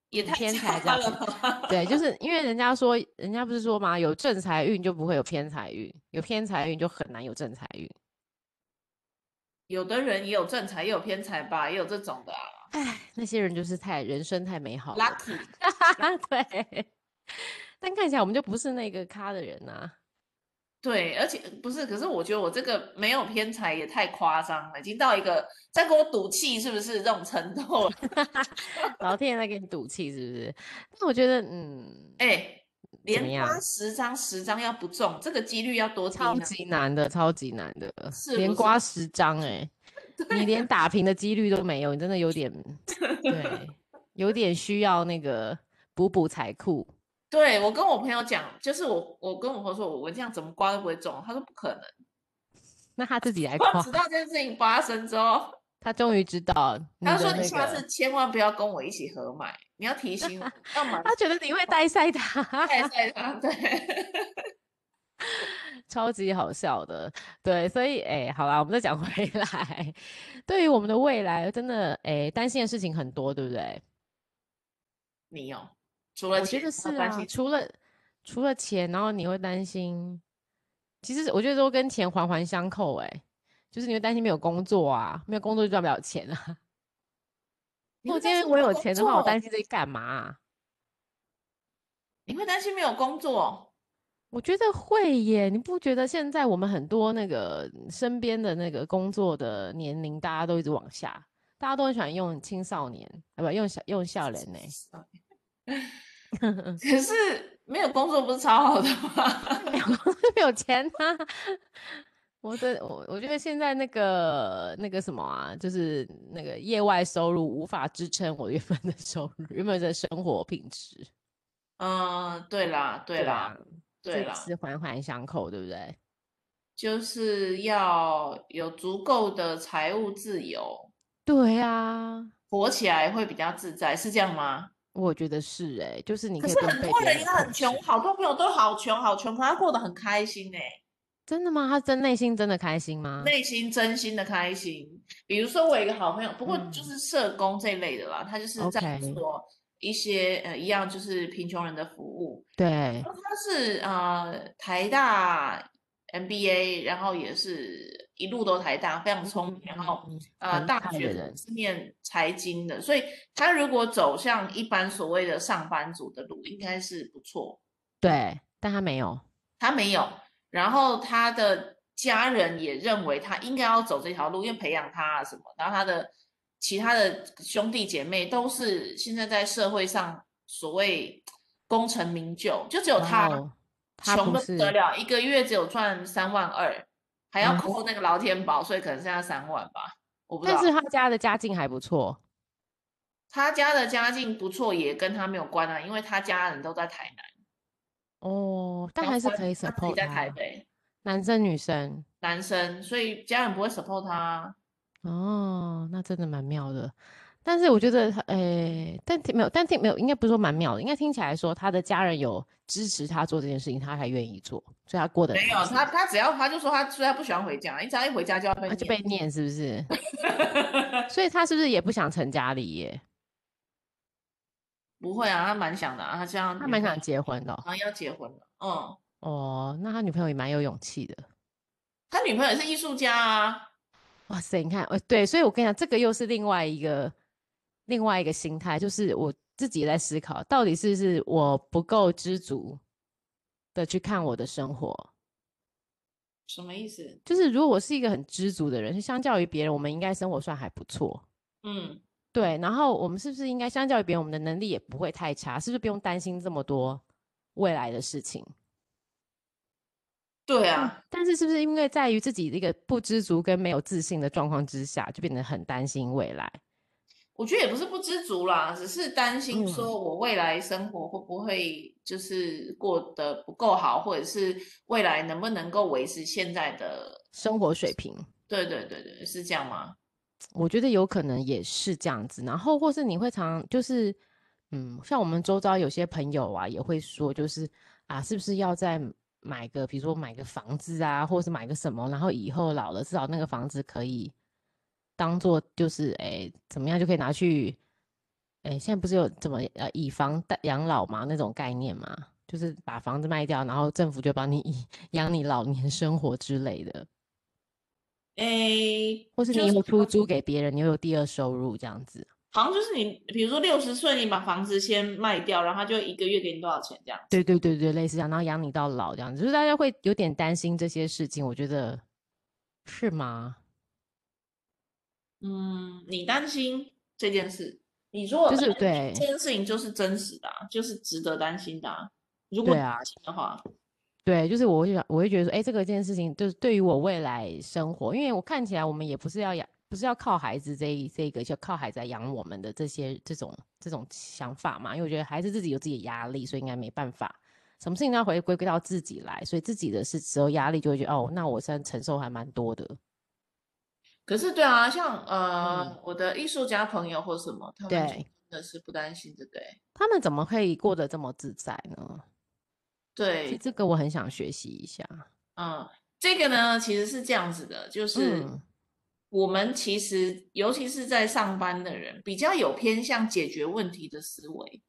Speaker 2: 也
Speaker 1: 嗯
Speaker 2: 太
Speaker 1: 偏财
Speaker 2: 差
Speaker 1: 这样
Speaker 2: 了
Speaker 1: 子
Speaker 2: 吧！ [LAUGHS]
Speaker 1: 对，就是因为人家说，人家不是说嘛，有正财运就不会有偏财运，有偏财运就很难有正财运。
Speaker 2: 有的人也有正财，也有偏财吧，也有这种的
Speaker 1: [LAUGHS]
Speaker 2: 啊。
Speaker 1: 唉，那些人就是太人生太美好了。
Speaker 2: Lucky，
Speaker 1: [LAUGHS] 对，但看起来我们就不是那个咖的人呐、啊。
Speaker 2: 对，而且不是，可是我觉得我这个没有偏财也太夸张了，已经到一个在跟我赌气是不是这种程度了？ [LAUGHS]
Speaker 1: 老天爷在给你赌气，是不是？但我觉得，嗯，
Speaker 2: 哎、
Speaker 1: 么
Speaker 2: 连
Speaker 1: 样
Speaker 2: 刮十张十张要不中，这个几率要多低
Speaker 1: 超
Speaker 2: 呢？ [LAUGHS]
Speaker 1: 级难的，超级难的，
Speaker 2: 是
Speaker 1: 连
Speaker 2: 不是
Speaker 1: 刮十张哎、你连打平的几率都没有，你真的有点对，有点需要那个补补财库。
Speaker 2: 对，我跟我朋友讲，就是我我跟我朋友说，我我这样怎么刮都不会中，他说不可能。
Speaker 1: 那他自己来
Speaker 2: 然
Speaker 1: [LAUGHS] 夸
Speaker 2: 后直，到这件事情发生
Speaker 1: [LAUGHS]
Speaker 2: 之后，
Speaker 1: 他终于知道你
Speaker 2: 他
Speaker 1: 的
Speaker 2: 说你
Speaker 1: 那
Speaker 2: 下
Speaker 1: 个
Speaker 2: 次，千万不要跟我一起合买，你要提醒我，
Speaker 1: [LAUGHS]
Speaker 2: 要买
Speaker 1: 他觉得你会带赛他，
Speaker 2: 晒晒它。对，
Speaker 1: [LAUGHS] 超级好笑的。对，所以哎、好啦，我们再讲回来， [LAUGHS] 对于我们的未来，真的哎、担心的事情很多，对不对？
Speaker 2: [LAUGHS] 你有除了
Speaker 1: 我觉
Speaker 2: 钱
Speaker 1: 得
Speaker 2: 还
Speaker 1: 是
Speaker 2: 有担
Speaker 1: 啊，
Speaker 2: 心
Speaker 1: 除了除了钱，然后你会担心，其实我觉得都跟钱环环相扣、欸，就是你会担心没有工作啊，没有工作就赚不了钱啊。
Speaker 2: 你
Speaker 1: 如果
Speaker 2: 会
Speaker 1: 今
Speaker 2: 担
Speaker 1: 天
Speaker 2: 心
Speaker 1: 我
Speaker 2: 没有
Speaker 1: 有
Speaker 2: 工
Speaker 1: 钱的话，我
Speaker 2: 作
Speaker 1: 担心这些干嘛啊、
Speaker 2: 你会担心没有工作？哦
Speaker 1: 我觉得会耶，你不觉得现在我们很多那个嗯身边的那个工作的年龄，大家都一直往下，大家都很喜欢用青少年，啊不用小用笑脸呢？ [LAUGHS]
Speaker 2: 可是没有工作不是超好的吗？ [LAUGHS]
Speaker 1: 没有没有钱啊！ [LAUGHS] 我的我我觉得现在那个那个什么啊，就是那个业外收入无法支撑我原本的收入，原本的生活品质。
Speaker 2: 嗯，对啦，对啦
Speaker 1: 啊，，这
Speaker 2: 对
Speaker 1: 也
Speaker 2: 啦，
Speaker 1: 是环环相扣，对不对？
Speaker 2: 就是要有足够的财务自由，
Speaker 1: 对啊，
Speaker 2: 活起来会比较自在，是这样吗？
Speaker 1: 我觉得是哎、就是你
Speaker 2: 可
Speaker 1: 可以
Speaker 2: 是
Speaker 1: 不用
Speaker 2: 很
Speaker 1: 被
Speaker 2: 多
Speaker 1: 别
Speaker 2: 人
Speaker 1: 人
Speaker 2: 也很
Speaker 1: 控
Speaker 2: 穷，
Speaker 1: 制
Speaker 2: 好多朋友都好穷好穷，可他过得很开心呢、
Speaker 1: 真的吗？他真内心真的开心吗？
Speaker 2: 内心真心的开心。比如说我有一个好朋友，不过就
Speaker 1: 嗯
Speaker 2: 是社工这一类的啦，他就是在
Speaker 1: OK
Speaker 2: 做一些呃一样就是贫穷人的服务。
Speaker 1: 对，
Speaker 2: 他是呃台大 MBA，然后也是一路都台大，非常聪明，然后
Speaker 1: 嗯
Speaker 2: 呃
Speaker 1: 很厉
Speaker 2: 大
Speaker 1: 害
Speaker 2: 学
Speaker 1: 的
Speaker 2: 可能
Speaker 1: 人，
Speaker 2: 是念财经的，所以他如果走向一般所谓的上班族的路，应该是不错。
Speaker 1: 对，但他没有，
Speaker 2: 他没有，然后他的家人也认为他应该要走这条路，因为培养他啊什么，然后他的其他的兄弟姐妹都是现在在社会上所谓功成名就，就只有
Speaker 1: 哇
Speaker 2: 他
Speaker 1: 哦他
Speaker 2: 穷
Speaker 1: 不
Speaker 2: 的不得
Speaker 1: 是
Speaker 2: 了，一个月只有赚三万二，还要
Speaker 1: 嗯
Speaker 2: 扣那个劳健保，所以可能剩下三万吧，我不知
Speaker 1: 但
Speaker 2: 道。
Speaker 1: 是他家的家境还不错。
Speaker 2: 他家的家境不错，也跟他没有关啊，因为他家人都在台南，
Speaker 1: 哦，但
Speaker 2: 然后
Speaker 1: 还是
Speaker 2: 他
Speaker 1: 可以
Speaker 2: 他自己
Speaker 1: support
Speaker 2: 在台
Speaker 1: 他，啊
Speaker 2: 北，
Speaker 1: 男生女生
Speaker 2: 男生，所以家人不会 support 他啊。
Speaker 1: 哦，那真的蛮妙的。但是我觉得他，诶，但听没有，但听没有，应该不是说蛮妙的，应该听起来说他的家人有支持他做这件事情，他才愿意做，所以他过得很
Speaker 2: 没有
Speaker 1: 开心
Speaker 2: 他，他只要他就说他虽然不喜欢回家，你只要一回家就要被
Speaker 1: 啊就
Speaker 2: 念。
Speaker 1: 被念是不 [LAUGHS] 是？所以他是不是也不想成家立业？
Speaker 2: 不会啊，他蛮想的啊，他这样
Speaker 1: 他蛮嗯想结婚的
Speaker 2: 好像要结婚了。嗯，
Speaker 1: 哦。哦，那他女朋友也蛮有勇气的
Speaker 2: 他女朋友也是艺术家啊，
Speaker 1: 哇塞，你看，呃，对，所以我跟你讲，这个又是另外一个另外一个心态，就是我自己也在思考，到底是不是我不够知足的去看我的生活。
Speaker 2: 什么意思？
Speaker 1: 就是如果我是一个很知足的人，相较于别人，我们应该生活算还不错。
Speaker 2: 嗯，
Speaker 1: 对，然后我们是不是应该相较于别人，我们的能力也不会太差，是不是不用担心这么多未来的事情？
Speaker 2: 对啊，
Speaker 1: 但是是不是因为在于自己的一个不知足跟没有自信的状况之下，就变得很担心未来？
Speaker 2: 我觉得也不是不知足啦，只是担心
Speaker 1: 嗯
Speaker 2: 说我未来生活会不会就是过得不够好，或者是未来能不能够维持现在的？
Speaker 1: 生活水平，
Speaker 2: 对对对对，是这样吗？
Speaker 1: 我觉得有可能也是这样子。然后或是你会常就是，嗯，像我们周遭有些朋友啊，也会说就是啊，是不是要再买个，比如说买个房子啊，或是买个什么，然后以后老了至少那个房子可以当做就是诶怎么样就可以拿去，诶现在不是有怎么呃以房代养老嘛那种概念嘛，就是把房子卖掉，然后政府就帮你以养你老年生活之类的。
Speaker 2: 诶，
Speaker 1: 或是
Speaker 2: 就
Speaker 1: 你以后出
Speaker 2: 好
Speaker 1: 租给别人，你又有第二收入这样子。
Speaker 2: 好像就是你，比如说六十岁，你把房子先卖掉，然后他就一个月给你多少钱这样子？
Speaker 1: 对对对对，类似这样，然后养你到老这样子，就是大家会有点担心这些事情，我觉得是吗？
Speaker 2: 嗯，你担心这件事，你如果
Speaker 1: 就是
Speaker 2: 担心
Speaker 1: 对
Speaker 2: 这件事情就是真实的啊，就是值得担心的啊。如果
Speaker 1: 对
Speaker 2: 你
Speaker 1: 啊
Speaker 2: 担心的话，
Speaker 1: 对，就是我会想，我会觉得说，哎，这个件事情就是对于我未来生活，因为我看起来我们也不是要养，不是要靠孩子这一这个，就靠孩子来养我们的这些这种这种想法嘛。因为我觉得孩子自己有自己的压力，所以应该没办法，什么事情都要回归归到自己来，所以自己的是时候压力就会觉得，哦，那我现在承受还蛮多的。
Speaker 2: 可是对啊，像呃、
Speaker 1: 嗯
Speaker 2: 我的艺术家朋友或什么，他们就
Speaker 1: 对，
Speaker 2: 真的是不担心这个欸，
Speaker 1: 他们怎么可以过得这么自在呢？其实
Speaker 2: 对，
Speaker 1: 这个我很想学习一下。
Speaker 2: 嗯，这个呢其实是这样子的，就是
Speaker 1: 嗯，
Speaker 2: 我们其实尤其是在上班的人，比较有偏向解决问题的思维，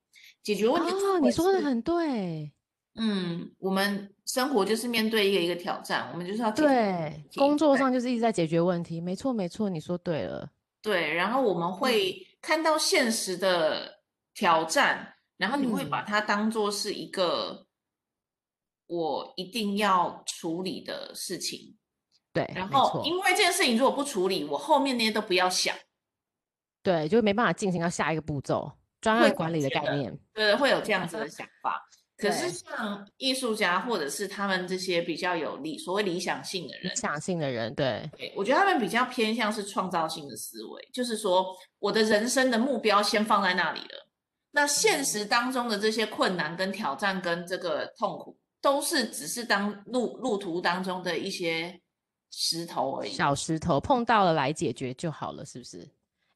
Speaker 2: 解决问题的思
Speaker 1: 哦，你
Speaker 2: 维
Speaker 1: 说的
Speaker 2: 是。
Speaker 1: 很对，
Speaker 2: 嗯，我们生活就是面对一个一个挑战，我们就是要啊解决
Speaker 1: 对，
Speaker 2: 问
Speaker 1: 工
Speaker 2: 题。
Speaker 1: 作
Speaker 2: 对
Speaker 1: 上就是一直在解决问题，没错没错，你说对了。
Speaker 2: 对，然后我们
Speaker 1: 嗯
Speaker 2: 会看到现实的挑战，然后你会把
Speaker 1: 嗯，
Speaker 2: 它当做是一个我一定要处理的事情。
Speaker 1: 对，
Speaker 2: 然
Speaker 1: 没
Speaker 2: 后，
Speaker 1: 错，
Speaker 2: 因为这件事情如果不处理，我后面那些都不要想，
Speaker 1: 对，就没办法进行到下一个步骤，专
Speaker 2: 会
Speaker 1: 案
Speaker 2: 有
Speaker 1: 管理的
Speaker 2: 这
Speaker 1: 概
Speaker 2: 个，
Speaker 1: 念。
Speaker 2: 对，会有这样子的想法。可是
Speaker 1: 对，
Speaker 2: 像艺术家或者是他们这些比较有理，所谓理想性的
Speaker 1: 理
Speaker 2: 人。
Speaker 1: 想性的人，对，
Speaker 2: 对，我觉得他们比较偏向是创造性的思维，就是说我的人生的目标先放在那里了，那现
Speaker 1: 嗯，
Speaker 2: 实当中的这些困难跟挑战跟这个痛苦，都是只是当路路途当中的一些石头而已，
Speaker 1: 小石头碰到了来解决就好了，是不是？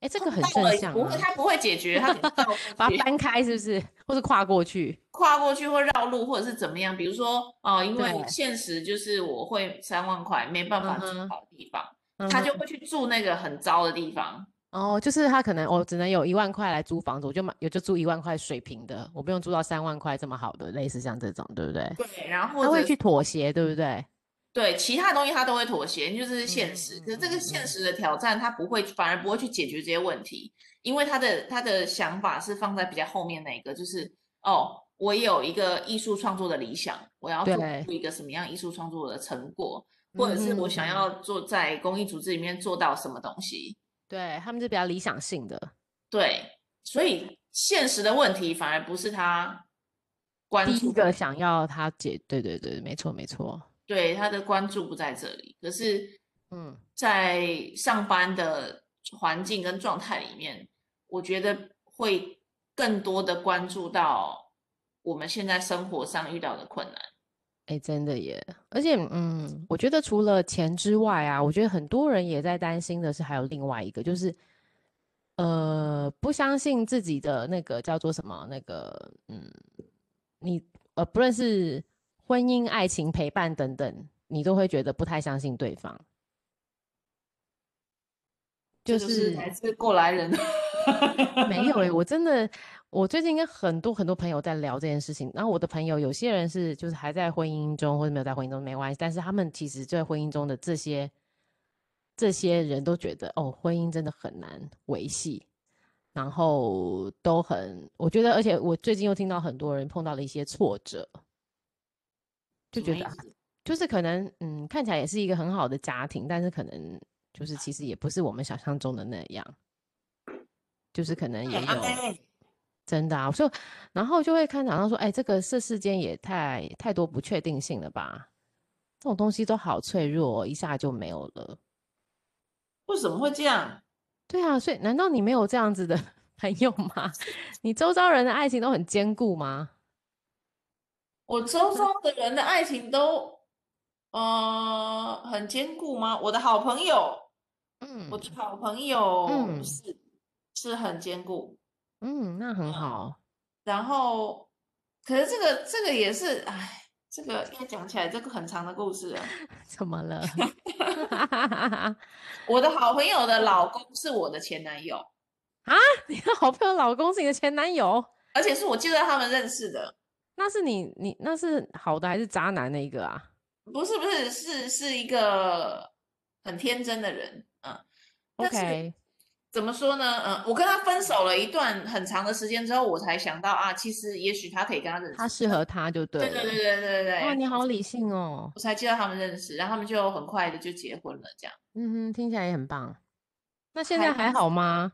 Speaker 1: 哎，这
Speaker 2: 碰
Speaker 1: 个很
Speaker 2: 到
Speaker 1: 正
Speaker 2: 而已，
Speaker 1: 向
Speaker 2: 不会，
Speaker 1: 啊，
Speaker 2: 它不会解
Speaker 1: [LAUGHS]
Speaker 2: 决，它只是绕过
Speaker 1: 把它
Speaker 2: 去、
Speaker 1: 搬开，是不是？或是跨过去？
Speaker 2: 跨过去或绕路，或者是怎么样。比如说，哦、因
Speaker 1: 对，
Speaker 2: 为现实就是我会三万块，没办
Speaker 1: 嗯
Speaker 2: 法住
Speaker 1: 哼，
Speaker 2: 好地方，
Speaker 1: 嗯
Speaker 2: 他就
Speaker 1: 哼。
Speaker 2: 会去住那个很糟的地方。
Speaker 1: 哦，就是他可能我、哦只能有一万块来租房子，我就买，我就租一万块水平的，我不用租到三万块这么好的，类似像这种，对不对？
Speaker 2: 对，然后
Speaker 1: 他
Speaker 2: 或
Speaker 1: 会
Speaker 2: 者
Speaker 1: 去妥协，对不对？
Speaker 2: 对，其他东西他都会妥协，就是
Speaker 1: 嗯
Speaker 2: 现
Speaker 1: 嗯
Speaker 2: 实。可是
Speaker 1: 嗯
Speaker 2: 这个
Speaker 1: 嗯
Speaker 2: 现
Speaker 1: 嗯，
Speaker 2: 实的挑战，他不会，反而不会去解决这些问题，因为他的他的想法是放在比较后面那一个，就是哦，我有一个艺术创作的理想，我要做
Speaker 1: 对，
Speaker 2: 出一个什么样艺术创作的成果，或
Speaker 1: 嗯
Speaker 2: 者是
Speaker 1: 哼
Speaker 2: 我
Speaker 1: 嗯
Speaker 2: 想
Speaker 1: 哼，
Speaker 2: 要做在公益组织里面做到什么东西。
Speaker 1: 对，他们是比较理想性的，
Speaker 2: 对，所以现实的问题反而不是他关
Speaker 1: 第
Speaker 2: 注
Speaker 1: 一
Speaker 2: 的
Speaker 1: 个想要他解，对对对，没错没错，
Speaker 2: 对，他的关注不在这里，可是，
Speaker 1: 嗯，
Speaker 2: 在上班的环境跟状态里面，我觉得会更多的关注到我们现在生活上遇到的困难。
Speaker 1: 哎，真的耶，而且嗯，我觉得除了钱之外啊，我觉得很多人也在担心的是还有另外一个，就是呃，不相信自己的那个叫做什么那个，嗯，你呃，不论是婚姻、爱情、陪伴等等，你都会觉得不太相信对方，
Speaker 2: 这
Speaker 1: 就
Speaker 2: 就是来
Speaker 1: 是。
Speaker 2: 自过来人的
Speaker 1: 没有欸诶，我真的，我最近跟很多很多朋友在聊这件事情。然后我的朋友有些人是就是还在婚姻中，或者没有在婚姻中没关系，但是他们其实在婚姻中的这些这些人都觉得哦，婚姻真的很难维系，然后都很，我觉得，而且我最近又听到很多人碰到了一些挫折， [LAUGHS] 就
Speaker 2: 什
Speaker 1: 觉
Speaker 2: 么
Speaker 1: 得
Speaker 2: 意
Speaker 1: 啊
Speaker 2: 思？
Speaker 1: 就是可能嗯，看起来也是一个很好的家庭，但是可能就是其实也不是我们想象中的那样，就是可能也
Speaker 2: 对啊
Speaker 1: 有。
Speaker 2: 对
Speaker 1: 真的啊，就然后就会看到说，哎，这个这世间也太太多不确定性了吧？这种东西都好脆弱哦，一下就没有了。
Speaker 2: 为什么会这样？
Speaker 1: 对啊，所以难道你没有这样子的 [LAUGHS] 朋友吗？ [LAUGHS] 你周遭人的爱情都很坚固吗？
Speaker 2: 我周遭的人的爱情都，呃，很坚固吗？我的好朋友，
Speaker 1: 嗯
Speaker 2: 我的好朋友
Speaker 1: 嗯
Speaker 2: 是是很坚固，
Speaker 1: 嗯，那很好。 [LAUGHS]
Speaker 2: 然后，可是这个这个也是，哎，这个要讲起来，这个很长的故事啊。
Speaker 1: 怎么
Speaker 2: [LAUGHS]
Speaker 1: 了？ [LAUGHS]
Speaker 2: 我的好朋友的老公是我的前男友，
Speaker 1: 你的好朋友老公是你的前男友，
Speaker 2: 而且是我介绍他们认识的，
Speaker 1: 那是你你那是好的还是渣男那一个啊？
Speaker 2: 不是不是是是一个很天真的人，嗯，但是
Speaker 1: OK
Speaker 2: 怎么说呢？嗯，我跟他分手了一段很长的时间之后，我才想到啊，其实也许他可以跟他认识，
Speaker 1: 他适合他就对
Speaker 2: 对
Speaker 1: 了。
Speaker 2: 对对对对对，
Speaker 1: 哇，你好理性哦。
Speaker 2: 我才介绍他们认识，然后他们就很快的就结婚了，这样
Speaker 1: 嗯哼，听起来也很棒。那现
Speaker 2: 还
Speaker 1: 在还
Speaker 2: 蛮
Speaker 1: 好吗？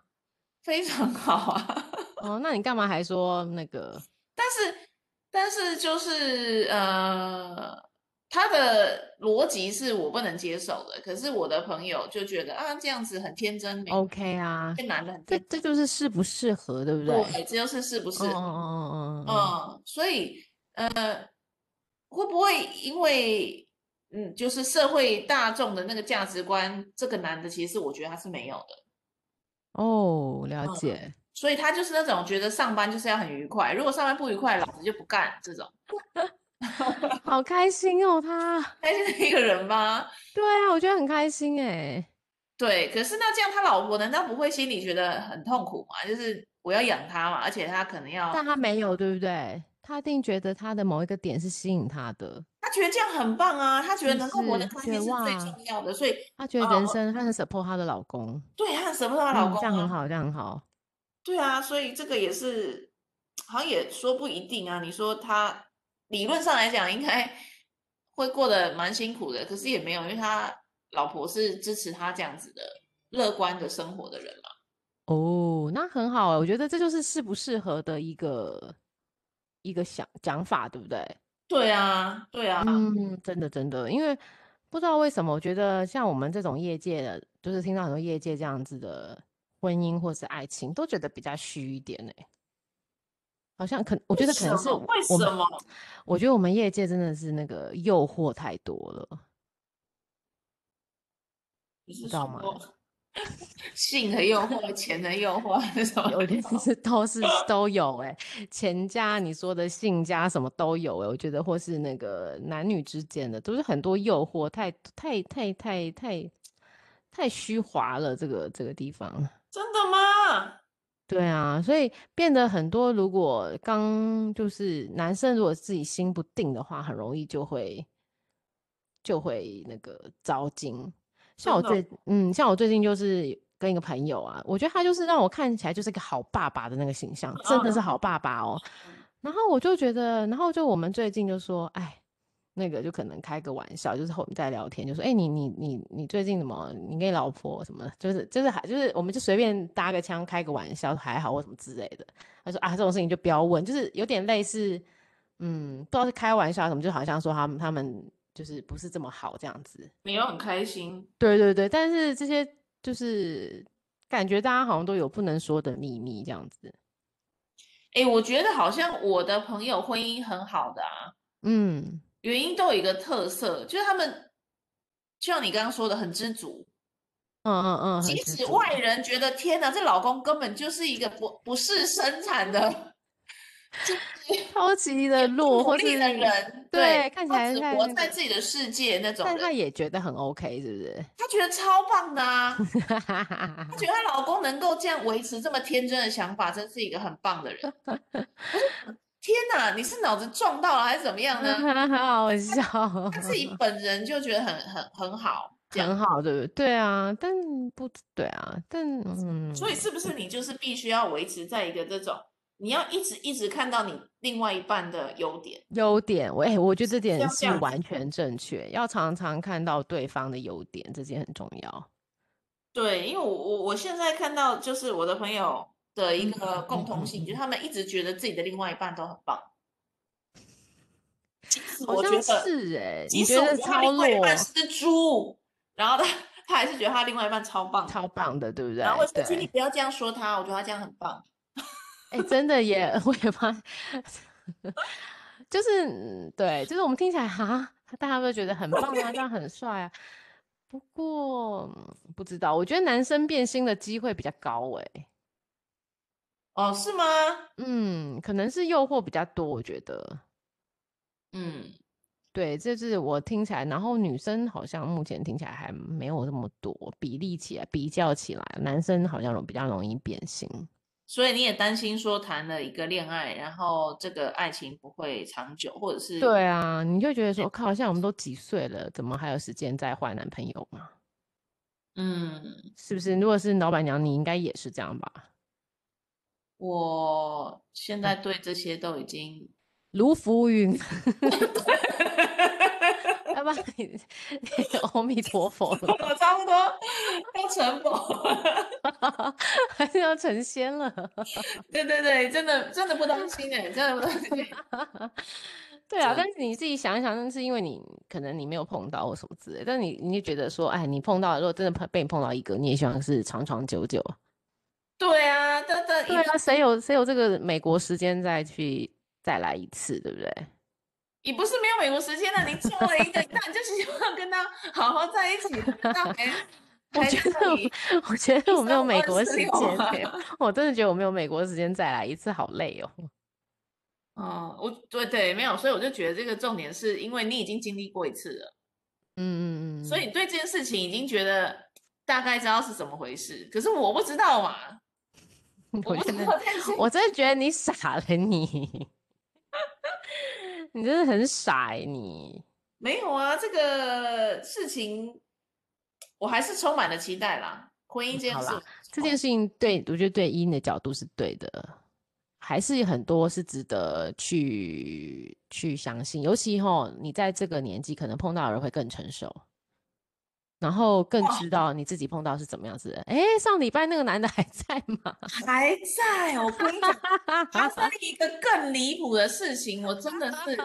Speaker 2: 非常好啊。
Speaker 1: 哦，那你干嘛还说那个？
Speaker 2: 但是，但是就是呃，他的逻辑是我不能接受的。可是我的朋友就觉得啊，这样子很天真，没
Speaker 1: OK 啊，
Speaker 2: 这男的很
Speaker 1: 这
Speaker 2: 天
Speaker 1: 这就是适不适合，对不对？
Speaker 2: 对，这就是是不
Speaker 1: 嗯
Speaker 2: 是？
Speaker 1: 嗯嗯嗯嗯
Speaker 2: 嗯，所以呃，会不会因为嗯，就是社会大众的那个价值观，这个男的其实我觉得他是没有的，
Speaker 1: 嗯。哦，了
Speaker 2: 嗯
Speaker 1: 解。
Speaker 2: 所以他就是那种觉得上班就是要很愉快，如果上班不愉快，老子就不干这种。
Speaker 1: 好开心哦，他。
Speaker 2: 开心的一个人吧。
Speaker 1: 对啊，我觉得很开心哎。
Speaker 2: 对，可是那这样他老婆难道不会心里觉得很痛苦吗？就是我要养他嘛，而且他可能要，
Speaker 1: 但他没有，对不对？他一定觉得他的某一个点是吸引他的，
Speaker 2: 他觉得这样很棒啊，他觉得
Speaker 1: 是
Speaker 2: 能够活得
Speaker 1: 是
Speaker 2: 开
Speaker 1: 绝
Speaker 2: 心是最
Speaker 1: 望
Speaker 2: 重要的，所以
Speaker 1: 他觉得
Speaker 2: 啊
Speaker 1: 人
Speaker 2: 我
Speaker 1: 生，他很 support 她的老公。
Speaker 2: 对他舍不得她老
Speaker 1: 嗯，这
Speaker 2: 公
Speaker 1: 样很
Speaker 2: 啊，
Speaker 1: 好，这样很好。
Speaker 2: 对啊，所以这个也是好像也说不一定啊。你说他理论上来讲应该会过得蛮辛苦的，可是也没有，因为他老婆是支持他这样子的乐观的生活的人嘛。
Speaker 1: 哦，那很好欸，我觉得这就是适不适合的一个一个想讲法，对不对？
Speaker 2: 对啊，对啊，
Speaker 1: 嗯，真的真的，因为不知道为什么，我觉得像我们这种业界的，就是听到很多业界这样子的婚姻或是爱情，都觉得比较虚一点呢。欸好像可，我
Speaker 2: 为
Speaker 1: 觉得可
Speaker 2: 什
Speaker 1: 能是
Speaker 2: 么？
Speaker 1: 我
Speaker 2: 为
Speaker 1: 我
Speaker 2: 什
Speaker 1: 们，
Speaker 2: 么？
Speaker 1: 我觉得我们业界真的是那个诱惑太多了，你
Speaker 2: 你是
Speaker 1: 知道吗？
Speaker 2: 说 [LAUGHS] 性的诱惑、钱的诱惑啊是什么？
Speaker 1: 有点
Speaker 2: [LAUGHS]
Speaker 1: 是都是都有哎、钱家你说的性家什么都有哎、我觉得或是那个男女之间的，都是很多诱惑，太太太太太太虚华了，这个这个地方。
Speaker 2: 真的吗？
Speaker 1: 对啊，所以变得很多。如果刚就是男生，如果自己心不定的话，很容易就会就会那个糟心。像我
Speaker 2: 真的
Speaker 1: 最嗯，像我最近就是跟一个朋友啊，我觉得他就是让我看起来就是个好爸爸的那个形象，真的是好爸爸哦。然后我就觉得，然后就我们最近就说，哎，那个就可能开个玩笑，就是我们在聊天，就说，哎，你你你你最近怎么？你跟你老婆什么？就是就是还就是，我们就随便搭个腔开个玩笑，还好或什么之类的。他说啊，这种事情就不要问，就是有点类似，嗯，不知道是开玩笑还是什么，就好像说他们他们就是不是这么好这样子。
Speaker 2: 你又很开心，
Speaker 1: 对对对，但是这些就是感觉大家好像都有不能说的秘密这样子。
Speaker 2: 哎，我觉得好像我的朋友婚姻很好的啊，
Speaker 1: 嗯，
Speaker 2: 原因都有一个特色，就是他们就像你刚刚说的，很知足。
Speaker 1: 嗯嗯嗯，很
Speaker 2: 即
Speaker 1: 知
Speaker 2: 使
Speaker 1: 足
Speaker 2: 外人觉得天哪，这老公根本就是一个不不是生
Speaker 1: [LAUGHS]
Speaker 2: 产的
Speaker 1: 超级的弱，
Speaker 2: 努
Speaker 1: 或
Speaker 2: 力
Speaker 1: 是
Speaker 2: 的人，
Speaker 1: 对看起
Speaker 2: 他
Speaker 1: 来
Speaker 2: 只
Speaker 1: 在
Speaker 2: 活
Speaker 1: 那
Speaker 2: 在
Speaker 1: 个
Speaker 2: 自己的世界那种
Speaker 1: 但他
Speaker 2: 人，
Speaker 1: 也觉得很 OK，是不是？
Speaker 2: 他觉得超棒的啊。她觉得她老公能够这样维持这么天真的想法，真是一个很棒的人。
Speaker 1: [LAUGHS]
Speaker 2: 我说天哪，你是脑子
Speaker 1: 嗯
Speaker 2: 撞
Speaker 1: [LAUGHS]
Speaker 2: 到了还是怎么样呢？ [LAUGHS]
Speaker 1: 好好笑哦，
Speaker 2: 她自己本人就觉得很很很好，这样
Speaker 1: 很好，对不对？对啊，但不对啊，但嗯，
Speaker 2: 所以是不是你就是必须要维持在一个这种，你要一直一直看到你另外一半的优点，
Speaker 1: 优点，我哎、我觉得这
Speaker 2: 要
Speaker 1: 点
Speaker 2: 这
Speaker 1: 是
Speaker 2: 样子
Speaker 1: 完全正确，要常常看到对方的优点，这件很重要。
Speaker 2: 对，因为我我我现在看到就是我的朋友的一
Speaker 1: 嗯
Speaker 2: 个
Speaker 1: 嗯
Speaker 2: 共
Speaker 1: 嗯
Speaker 2: 同
Speaker 1: 嗯
Speaker 2: 性，
Speaker 1: 嗯
Speaker 2: 就是他们一直觉得自己的另外一半都很棒。即使
Speaker 1: 好
Speaker 2: 我
Speaker 1: 像
Speaker 2: 觉得，
Speaker 1: 是哎、
Speaker 2: 即
Speaker 1: 你
Speaker 2: 使
Speaker 1: 觉
Speaker 2: 我
Speaker 1: 得
Speaker 2: 觉得他
Speaker 1: 超
Speaker 2: 另外一
Speaker 1: 弱、
Speaker 2: 半是猪，然后他他还是觉得他另外一半超棒的，
Speaker 1: 超棒的，对不对
Speaker 2: 然后会？说：“请你
Speaker 1: 对，
Speaker 2: 不要这样说他，我觉得他这样很棒。”
Speaker 1: 哎、真的耶， [LAUGHS] 我也发， [LAUGHS] 就是嗯对，就是我们听起来哈，大家都觉得很棒啊，这样很帅啊。不过嗯不知道，我觉得男生变心的机会比较高哎、
Speaker 2: 哦，是吗？
Speaker 1: 嗯，可能是诱惑比较多，我觉得。
Speaker 2: 嗯，
Speaker 1: 对，这是我听起来，然后女生好像目前听起来还没有那么多，比例起来比较起来，男生好像容比较容易变心。
Speaker 2: 所以你也担心说谈了一个恋爱，然后这个爱情不会长久，或者是
Speaker 1: 对啊，你就觉得说，靠，现在我们都几岁了，怎么还有时间再换男朋友嘛？
Speaker 2: 嗯，
Speaker 1: 是不是？如果是老板娘，你应该也是这样吧？
Speaker 2: 我现在对这些都
Speaker 1: [LAUGHS]
Speaker 2: 已经，
Speaker 1: 如浮 [LAUGHS] 云，要不然你你阿弥陀佛了，
Speaker 2: 我差不多 [LAUGHS] 要成佛了。 [LAUGHS]
Speaker 1: 还是要成仙了？
Speaker 2: 对对对，真的真的不担心哎，真的不担心。 [LAUGHS]
Speaker 1: 对啊，
Speaker 2: 真
Speaker 1: 但是你自己想一想，那是因为你可能你没有碰到或什么之类，但你你就觉得说，哎，你碰到了，如果真的碰被你碰到一个，你也希望是长长久久。
Speaker 2: 对啊，
Speaker 1: [LAUGHS]
Speaker 2: 但但
Speaker 1: 对啊，谁有谁有这个美国时间再去再来一次，对不对？
Speaker 2: 也不是没有美国时间了，你交了一个，那你就希望跟他好好在一起，那还
Speaker 1: [LAUGHS] 我
Speaker 2: 还
Speaker 1: 觉
Speaker 2: 让
Speaker 1: 得
Speaker 2: 你
Speaker 1: 我觉得我没有美国时间
Speaker 2: 1326啊
Speaker 1: 欸、 [LAUGHS] 我真的觉得我没有美国时间再来一次，好累哦。
Speaker 2: 哦，我对对没有，所以我就觉得这个重点是因为你已经经历过一次了，
Speaker 1: 嗯嗯嗯，
Speaker 2: 所以你对这件事情已经觉得大概知道是怎么回事。可是我不知道嘛，
Speaker 1: 嗯
Speaker 2: 我
Speaker 1: 我
Speaker 2: 不知
Speaker 1: 真的
Speaker 2: 道这件事，
Speaker 1: 我真的觉得你傻了你， [LAUGHS] 你真的很傻欸你。
Speaker 2: 没有啊，这个事情我还是充满了期待啦。婚姻这件
Speaker 1: 嗯好
Speaker 2: 事
Speaker 1: 啦
Speaker 2: 我，哦
Speaker 1: 这件事情对我觉得对伊你的角度是对的，还是很多是值得去去相信，尤其吼你在这个年纪可能碰到的人会更成熟，然后更
Speaker 2: 哇
Speaker 1: 知道你自己碰到是怎么样子的人。哎，上礼拜那个男的还在吗？
Speaker 2: 还在，我跟
Speaker 1: [LAUGHS]
Speaker 2: 你 [LAUGHS] 讲，发生一个更离谱的事情，我真的是。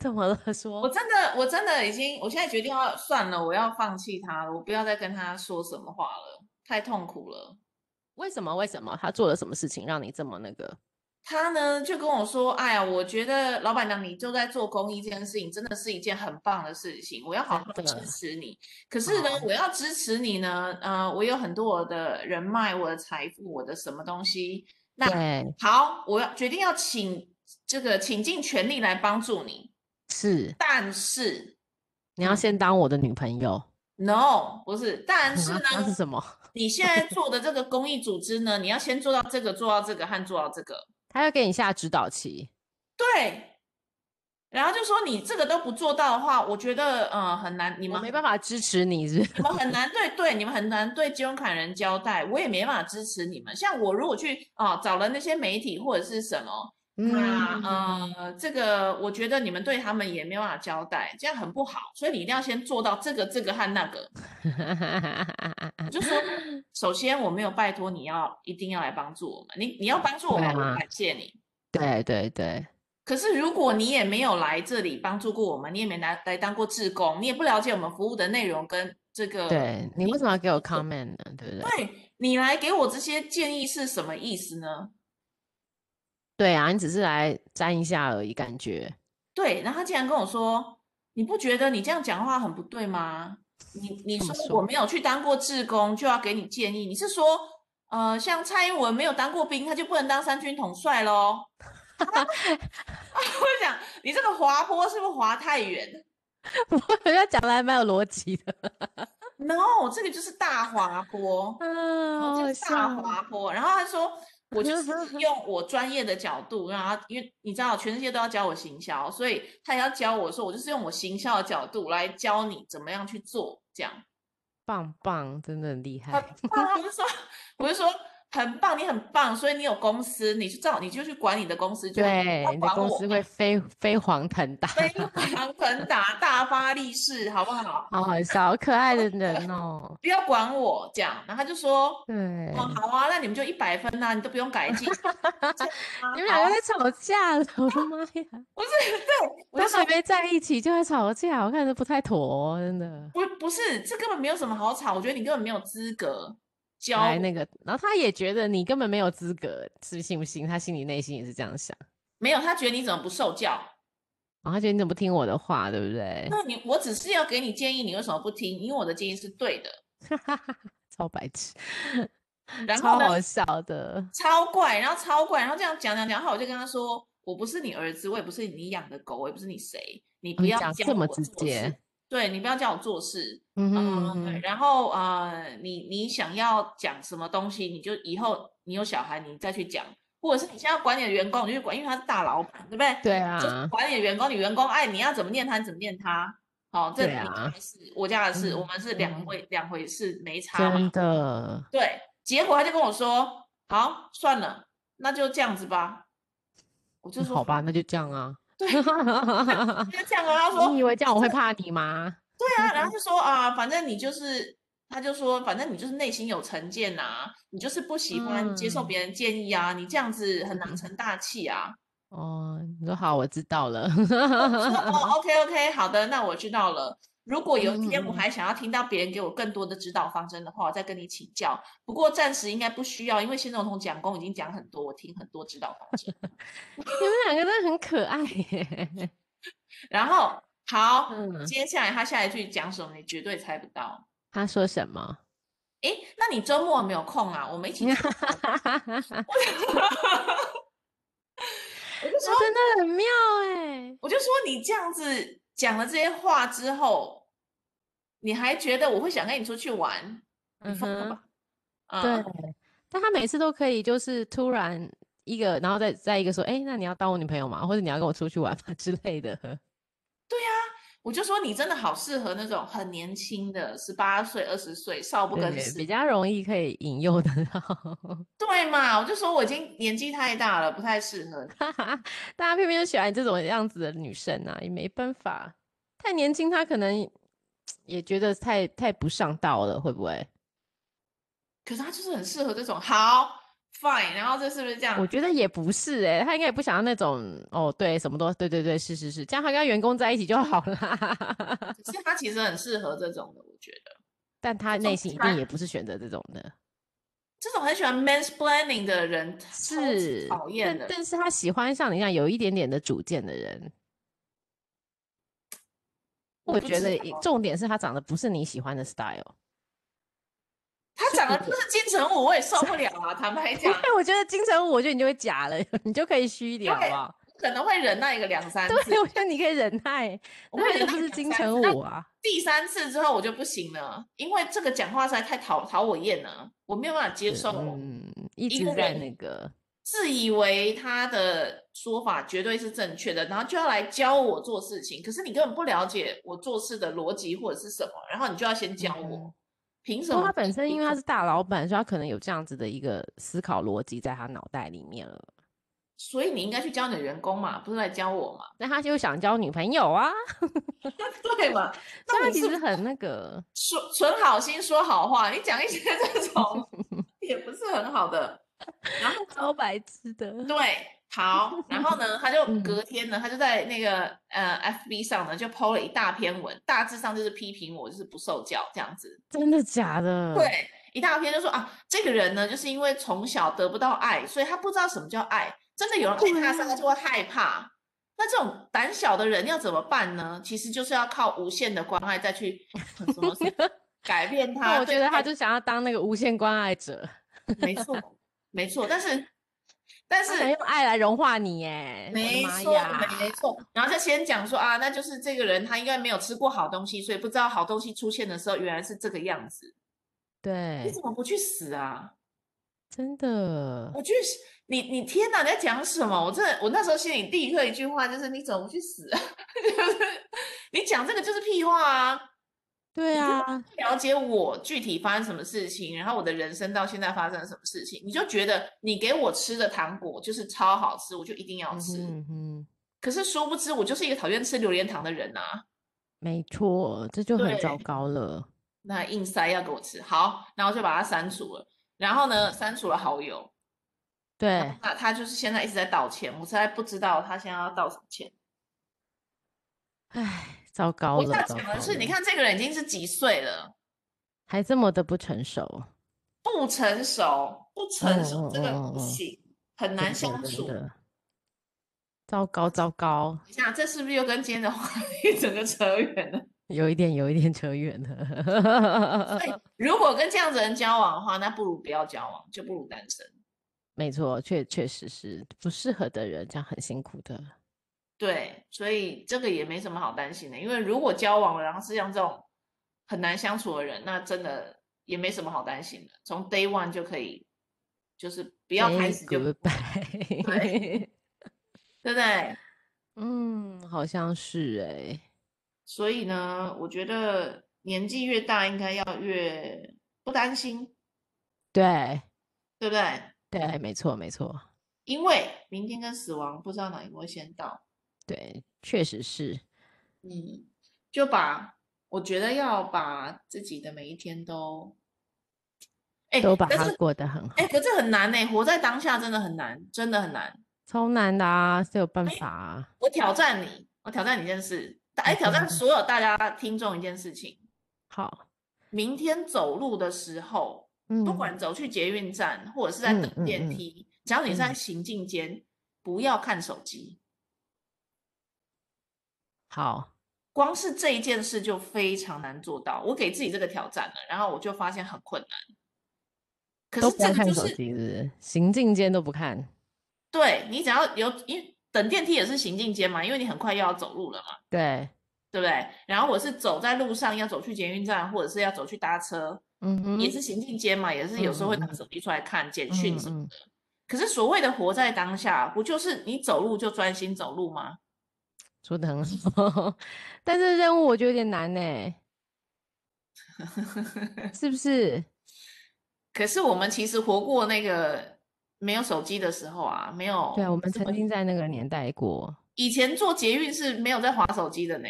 Speaker 1: 怎么
Speaker 2: [LAUGHS]
Speaker 1: 了
Speaker 2: 我
Speaker 1: 说？
Speaker 2: 真的，我真的已经，我现在决定要算了，我要放弃他了，我不要再跟他说什么话了，太痛苦了。
Speaker 1: 为什么？为什么他做了什么事情让你这么那个？
Speaker 2: 他呢就跟我说：“哎呀，我觉得老板娘你就在做公益这件事情，真的是一件很棒的事情，我要好好
Speaker 1: 真
Speaker 2: 支
Speaker 1: 的
Speaker 2: 持你。可是呢，
Speaker 1: 好
Speaker 2: 我要支持你呢，呃，我有很多我的人脉、我的财富、我的什么东西。那
Speaker 1: 对，
Speaker 2: 好，我要决定要请这个倾尽全力来帮助你，
Speaker 1: 是
Speaker 2: 但是
Speaker 1: 你要
Speaker 2: 嗯
Speaker 1: 先当我的女朋友，
Speaker 2: no 不是，但是
Speaker 1: 啊那 [LAUGHS]
Speaker 2: 呢，
Speaker 1: 是什么？
Speaker 2: 你现在做的这个公益组织呢，你要先做到这个，做到这个和做到这个，
Speaker 1: 他要给你下指导棋。
Speaker 2: 对。然后就说你这个都不做到的话，我觉得呃很难，你
Speaker 1: 我
Speaker 2: 们
Speaker 1: 没办法支持你是不 [LAUGHS] 是
Speaker 2: 你们很难对对，你们很难对金融卡人交代，我也没办法支持你们。像我如果去啊、找了那些媒体或者是什么，那
Speaker 1: 嗯，
Speaker 2: 呃这个我觉得你们对他们也没有办法交代，这样很不好。所以你一定要先做到这个这个和那个。我就说，首先我没有拜托你要一定要来帮助我们，你你要帮助我
Speaker 1: 对
Speaker 2: 们，我
Speaker 1: 啊
Speaker 2: 感谢你。
Speaker 1: 对对对，
Speaker 2: 可是如果你也没有来这里帮助过我们，你也没来来当过志工，你也不了解我们服务的内容跟这个，
Speaker 1: 对你为什么要给我 comment 呢？对不对？
Speaker 2: 嗯对你来给我这些建议是什么意思呢？
Speaker 1: 对啊，你只是来沾一下而已，感
Speaker 2: [LAUGHS]
Speaker 1: 觉 [LAUGHS]
Speaker 2: 对，然后他竟然跟我说，你不觉得你这样讲话很不对吗？你你
Speaker 1: 怎么
Speaker 2: 说
Speaker 1: 说
Speaker 2: 我没有去当过志工，就要给你建议，你是说，呃，像蔡英文没有当过兵，他就不能当三军统帅 [LAUGHS] 喽？我就想，你这个滑坡是不是滑太远
Speaker 1: 我觉得讲的还蛮有逻辑的。
Speaker 2: ？No，这个就是大滑坡。
Speaker 1: 嗯，好
Speaker 2: 这
Speaker 1: 好
Speaker 2: 个大
Speaker 1: 笑。
Speaker 2: 滑坡。然后
Speaker 1: [LAUGHS]
Speaker 2: 他说，我就是用我专业的角度，然后他因为你知道全世界都要教我行销，
Speaker 1: [LAUGHS]
Speaker 2: 所以他也要教我说，我就是用我行销的角度来教你怎么样去做这样。
Speaker 1: 棒棒，真的很厉害
Speaker 2: 很。棒，他就说，我就说很棒，你很棒，所以你有公司，你就照你就去管你的公司就好，
Speaker 1: 对，
Speaker 2: 不要
Speaker 1: 你的
Speaker 2: 管
Speaker 1: 公
Speaker 2: 我
Speaker 1: 司会飞飞黄腾达，
Speaker 2: 飞
Speaker 1: [LAUGHS]
Speaker 2: 黄腾达，大发利市，好不好？
Speaker 1: 好好笑，好可爱的人哦。
Speaker 2: 不要管我这样，然后他就说， [LAUGHS]
Speaker 1: 对，
Speaker 2: 哦，好啊，那你们就一百分呐、你都不用
Speaker 1: [LAUGHS]
Speaker 2: 改进。啊
Speaker 1: 你们两个
Speaker 2: 个，
Speaker 1: 在吵架了， [LAUGHS] 我的妈呀！
Speaker 2: 不是 [LAUGHS] 对，我
Speaker 1: 都
Speaker 2: 就说
Speaker 1: 还没在一起就会吵架，我看着不太妥哦、真的。
Speaker 2: 不不是，这根本没有什么好吵，我觉得你根本没有资格教
Speaker 1: 来
Speaker 2: 我
Speaker 1: 那个，然后他也觉得你根本没有资格，是信不信？他心里内心也是这样想，
Speaker 2: 没有，他觉得你怎么不受教？
Speaker 1: 然后他觉得你怎么不听我的话，对不对？ [LAUGHS]
Speaker 2: 那你我只是要给你建议，你为什么不听？因为我的建议是对的。
Speaker 1: 超白痴，
Speaker 2: 然
Speaker 1: 超
Speaker 2: 后呢，
Speaker 1: 好笑的。
Speaker 2: 超怪，然后超怪，然后这样讲讲讲，后来我就跟他说，我不是你儿子，我也不是你养的狗，我也不是你谁，你不
Speaker 1: 你
Speaker 2: 要
Speaker 1: 讲
Speaker 2: 教
Speaker 1: 这么
Speaker 2: 我
Speaker 1: 直
Speaker 2: 做事
Speaker 1: 接，
Speaker 2: 对你不要叫我做事，
Speaker 1: 嗯
Speaker 2: 嗯，
Speaker 1: 哼嗯
Speaker 2: 然后呃，你你想要讲什么东西，你就以后你有小孩你再去讲，或者是你现在要管你的员工，你就去管，因为他是大老板，对不对？
Speaker 1: 对
Speaker 2: 就是
Speaker 1: 啊，
Speaker 2: 管你的员工，你员工哎爱你要怎么念他，你怎么念他。好、这
Speaker 1: 对
Speaker 2: 你家
Speaker 1: 啊
Speaker 2: 的事，我家的事，我
Speaker 1: 嗯
Speaker 2: 们是
Speaker 1: 嗯
Speaker 2: 两回两回事，没差嘛。
Speaker 1: 真的，
Speaker 2: 对，结果他就跟我说：“好，算了，那就这样子吧。”我就
Speaker 1: 嗯
Speaker 2: 说：“
Speaker 1: 好吧，，那就这样啊。
Speaker 2: 对哦就这样啊。”他说
Speaker 1: 你以为这样我会怕你吗？：“
Speaker 2: 对啊。”
Speaker 1: 嗯
Speaker 2: 然后就说：“啊，反正你就是……”他就说：“反正你就是内心有成见呐、你就是不喜欢接受
Speaker 1: 嗯
Speaker 2: 别人建议啊，你这样子很难
Speaker 1: 嗯
Speaker 2: 成大器
Speaker 1: [LAUGHS]
Speaker 2: 啊。
Speaker 1: 哦，你说好，我知道了。 [LAUGHS]
Speaker 2: 我就说”哦，OK OK，好的，那我知道了。如果有一天我
Speaker 1: 嗯
Speaker 2: 还想要听到别人给我更多的指导方针的话，我再跟你请教。不过暂时应该不需要，因为新总统讲功已经讲很多，我听很多指导方针。
Speaker 1: 你们两个真的很可爱耶。 [LAUGHS]
Speaker 2: 然后好，
Speaker 1: 嗯，
Speaker 2: 接下来他下一句讲什么，你绝对猜不到。
Speaker 1: 他说什么？ [LAUGHS]
Speaker 2: 诶，那你周末有没有空啊？我们一起出门。我就说，
Speaker 1: 他真的很妙哎、
Speaker 2: 我就说你这样子讲了这些话之后，你还觉得我会想跟你出去玩？你
Speaker 1: 嗯
Speaker 2: 疯了
Speaker 1: 哼，
Speaker 2: 吧？嗯
Speaker 1: 对。但他每次都可以，就是突然一个，然后再再一个说，哎、那你要当我女朋友吗？或者你要跟我出去玩吗 [LAUGHS] 之类的。
Speaker 2: 我就说你真的好适合那种很年轻的，十八岁、二十岁，少不更
Speaker 1: 对，
Speaker 2: 事
Speaker 1: 比，较容易可以引诱得到。
Speaker 2: 对嘛？我就说我已经年纪太大了，不太适合你。
Speaker 1: 哈哈， [LAUGHS] 大家偏偏就喜欢这种样子的女生啊，也没办法。太年轻，她可能也觉得太太不上道了，会不会？
Speaker 2: 可是他就是很适合这种好 fine，然后这是不是这样？
Speaker 1: 我觉得也不是哎、欸，她应该也不想要那种哦，对，什么都对对对，是是是，这样她跟她员工在一起就好啦。
Speaker 2: 可是他其实很适合这种的，我觉得
Speaker 1: [LAUGHS] 但她
Speaker 2: 这种
Speaker 1: 内心一定
Speaker 2: 穿
Speaker 1: 也不是选择这种的，
Speaker 2: 这种很喜欢 mansplaining 的人超级
Speaker 1: 是，
Speaker 2: 讨厌
Speaker 1: 但
Speaker 2: 的。
Speaker 1: 但是她喜欢像你一样有一点点的主见的人。
Speaker 2: 我
Speaker 1: 我
Speaker 2: 不
Speaker 1: 觉
Speaker 2: 知
Speaker 1: 得
Speaker 2: 道，
Speaker 1: 重点是她长得不是你喜欢的 style。
Speaker 2: 他
Speaker 1: 所以
Speaker 2: 长
Speaker 1: 我
Speaker 2: 得就是金城武，我也受不了啊！坦白
Speaker 1: 不
Speaker 2: 讲，
Speaker 1: 会， [LAUGHS] 我觉得金城武，我觉得你就会假了， [LAUGHS] 你就可以虚一点，好
Speaker 2: 对
Speaker 1: 不好？
Speaker 2: 可能会忍耐个两三次，
Speaker 1: 对，我觉得你可以忍耐，
Speaker 2: 我
Speaker 1: 那
Speaker 2: 会
Speaker 1: 他就
Speaker 2: 忍耐
Speaker 1: 不
Speaker 2: 个
Speaker 1: 是
Speaker 2: 两
Speaker 1: 金
Speaker 2: 三
Speaker 1: 城
Speaker 2: 次。但
Speaker 1: 武啊。
Speaker 2: 第三次之后我就不行了，因为这个讲话实在太讨讨我厌了，我没有办法接
Speaker 1: 是
Speaker 2: 受。
Speaker 1: 嗯，一
Speaker 2: 一
Speaker 1: 直
Speaker 2: 个
Speaker 1: 在
Speaker 2: 人
Speaker 1: 那个，
Speaker 2: 自以为他的说法绝对是正确的，然后就要来教我做事情。可是你根本不了解我做事的逻辑或者是什么，然后你就要先
Speaker 1: 嗯
Speaker 2: 教我
Speaker 1: 哼。，
Speaker 2: 凭什
Speaker 1: 不过
Speaker 2: 么
Speaker 1: 他本身
Speaker 2: 你
Speaker 1: 因为
Speaker 2: 做？
Speaker 1: 他是大老板，所以他可能有这样子的一个思考逻辑在他脑袋里面了。
Speaker 2: 所以你应该去教你的员工嘛，不是来教我嘛？ [LAUGHS]
Speaker 1: 那他就想交女朋友啊，
Speaker 2: 对嘛？
Speaker 1: 所以
Speaker 2: 那
Speaker 1: 他
Speaker 2: 你
Speaker 1: 其
Speaker 2: 是
Speaker 1: 实很那
Speaker 2: [LAUGHS]
Speaker 1: 个，
Speaker 2: 说存好心说好话，你讲一些这
Speaker 1: [LAUGHS]
Speaker 2: 种也不是很好的。然后
Speaker 1: 超白痴的。
Speaker 2: 对，
Speaker 1: [LAUGHS]
Speaker 2: 好，然后呢，他就
Speaker 1: 嗯
Speaker 2: 隔天呢，他就在那个呃 FB 上呢就 PO 了一大篇文，大致上就是批评我就是不受教这样子。
Speaker 1: [LAUGHS] 真的假的？
Speaker 2: 对，一大篇就说啊，这个人呢，就是因为从小得不到爱，所以他不知道什么叫爱。真的有人爱他的时候，他
Speaker 1: 对，
Speaker 2: 就会害怕。那这种胆小的人要怎么办呢？其实就是要靠无限的关爱再去 [LAUGHS] 什
Speaker 1: [LAUGHS]
Speaker 2: 么是改变
Speaker 1: 那
Speaker 2: 他，
Speaker 1: 我
Speaker 2: 啊对
Speaker 1: 觉得他
Speaker 2: 爱，
Speaker 1: 就想要当那个无限关爱者，
Speaker 2: 没错，没错。但是，但
Speaker 1: 他想
Speaker 2: 是
Speaker 1: 用爱来融化你，哎，我的
Speaker 2: 没
Speaker 1: 妈
Speaker 2: 错，
Speaker 1: 呀！
Speaker 2: 没错。然后再先讲说啊，那就是这个人他应该没有吃过好东西，所以不知道好东西出现的时候原来是这个样子。你
Speaker 1: 对，
Speaker 2: 怎么不去死啊？
Speaker 1: 真的，
Speaker 2: 我去死，你你天哪，你在讲什么？我真的，我那时候心里立刻一 [LAUGHS] 句话就是你怎么不去死啊？就是你讲这个就是屁话啊！
Speaker 1: 对啊，
Speaker 2: 了解我具体发生什么事情，然后我的人生到现在发生了什么事情，你就觉得你给我吃的糖果就是超好吃，我就一定要
Speaker 1: 嗯
Speaker 2: 吃。
Speaker 1: 哼嗯哼，
Speaker 2: 可是殊不知，我就是一个讨厌吃榴莲糖的人啊。
Speaker 1: 没错，这就很糟
Speaker 2: 对
Speaker 1: 糕了。
Speaker 2: 那硬塞要给我吃，好，然后就把它删除了。然后呢，删除了好友，
Speaker 1: 对，
Speaker 2: 那他就是现在一直在道歉，我实在不知道他现在要道什么歉。
Speaker 1: 唉，糟糕
Speaker 2: 我
Speaker 1: 了，
Speaker 2: 想
Speaker 1: 糟
Speaker 2: 讲
Speaker 1: 糕
Speaker 2: 的是，你
Speaker 1: 了
Speaker 2: 看这个人已经是几岁了，
Speaker 1: 还这么的不成熟，
Speaker 2: 不成熟，不成熟，
Speaker 1: 嗯
Speaker 2: 这个
Speaker 1: 嗯嗯
Speaker 2: 不
Speaker 1: 嗯
Speaker 2: 行，很
Speaker 1: 真
Speaker 2: 难
Speaker 1: 的
Speaker 2: 相
Speaker 1: 真
Speaker 2: 处。等
Speaker 1: 的，糟糕糟糕，
Speaker 2: 一下，这是不是又跟今天的话题 [LAUGHS] 整个扯
Speaker 1: [LAUGHS]
Speaker 2: 远了？
Speaker 1: 有一点有一点扯远了。 [LAUGHS]
Speaker 2: 对，如果跟这样子的人交往的话，那不如不要交往，就不如单身。
Speaker 1: 没错，确确实是不适合的人，这样很辛苦的。
Speaker 2: 对，所以这个也没什么好担心的，因为如果交往了，然后是像这种很难相处的人，那真的也没什么好担心的，从 day one 就可以，就是不
Speaker 1: 不
Speaker 2: 要开始就，对
Speaker 1: goodbye。 [LAUGHS]
Speaker 2: 不对？
Speaker 1: 嗯，好像是哎、
Speaker 2: 所以呢，我觉得年纪越大，应该要越不担心，
Speaker 1: 对
Speaker 2: 对不对？
Speaker 1: 对，没错没错，
Speaker 2: 因为明天跟死亡不知道哪一个会先到，
Speaker 1: 对，确实是。
Speaker 2: 嗯，就把我觉得要把自己的每一天都，哎，
Speaker 1: 都把
Speaker 2: 但
Speaker 1: 它
Speaker 2: 是
Speaker 1: 过得很好，
Speaker 2: 哎、可这很难呢、活在当下真的很难，真的很难。
Speaker 1: 超难的啊，是有办
Speaker 2: 哎
Speaker 1: 法啊。
Speaker 2: 我挑战你，我挑战你一件事，大哎、
Speaker 1: 嗯
Speaker 2: 挑
Speaker 1: 真
Speaker 2: 战
Speaker 1: 的
Speaker 2: 所有大家听众一件事情：
Speaker 1: 好，
Speaker 2: 明天走路的时候，
Speaker 1: 嗯，
Speaker 2: 不管走去捷运站或者是在
Speaker 1: 嗯
Speaker 2: 等
Speaker 1: 嗯
Speaker 2: 电
Speaker 1: 嗯
Speaker 2: 梯，只要你是在
Speaker 1: 嗯
Speaker 2: 行进间，不要看手机。
Speaker 1: 好，
Speaker 2: 光是这一件事就非常难做到，我给自己这个挑战了，然后我就发现很困难。可
Speaker 1: 都
Speaker 2: 是
Speaker 1: 不要
Speaker 2: 这个
Speaker 1: 看
Speaker 2: 就
Speaker 1: 手
Speaker 2: 是
Speaker 1: 机，是不是？行进间都不看，
Speaker 2: 对你只要有，因为等电梯也是行进间嘛，因为你很快又要走路了嘛。
Speaker 1: 对，
Speaker 2: 对不对？然后我是走在路上要走去捷运站，或者是要走去搭车，
Speaker 1: 嗯哼，
Speaker 2: 也是行进间嘛，也是有时候会
Speaker 1: 嗯嗯
Speaker 2: 拿手机出来看简讯什么
Speaker 1: 嗯嗯
Speaker 2: 的。可是所谓的活在当下，不就是你走路就专心走路吗？
Speaker 1: 说的很好， [LAUGHS] 但是任务我觉得有点难呢、
Speaker 2: [LAUGHS]
Speaker 1: 是不是？
Speaker 2: 可是我们其实活过那个没有手机的时候啊，没有
Speaker 1: 对啊，我们
Speaker 2: 这么
Speaker 1: 曾经在那个年代过，
Speaker 2: 以前做捷运是没有在划手机的呢，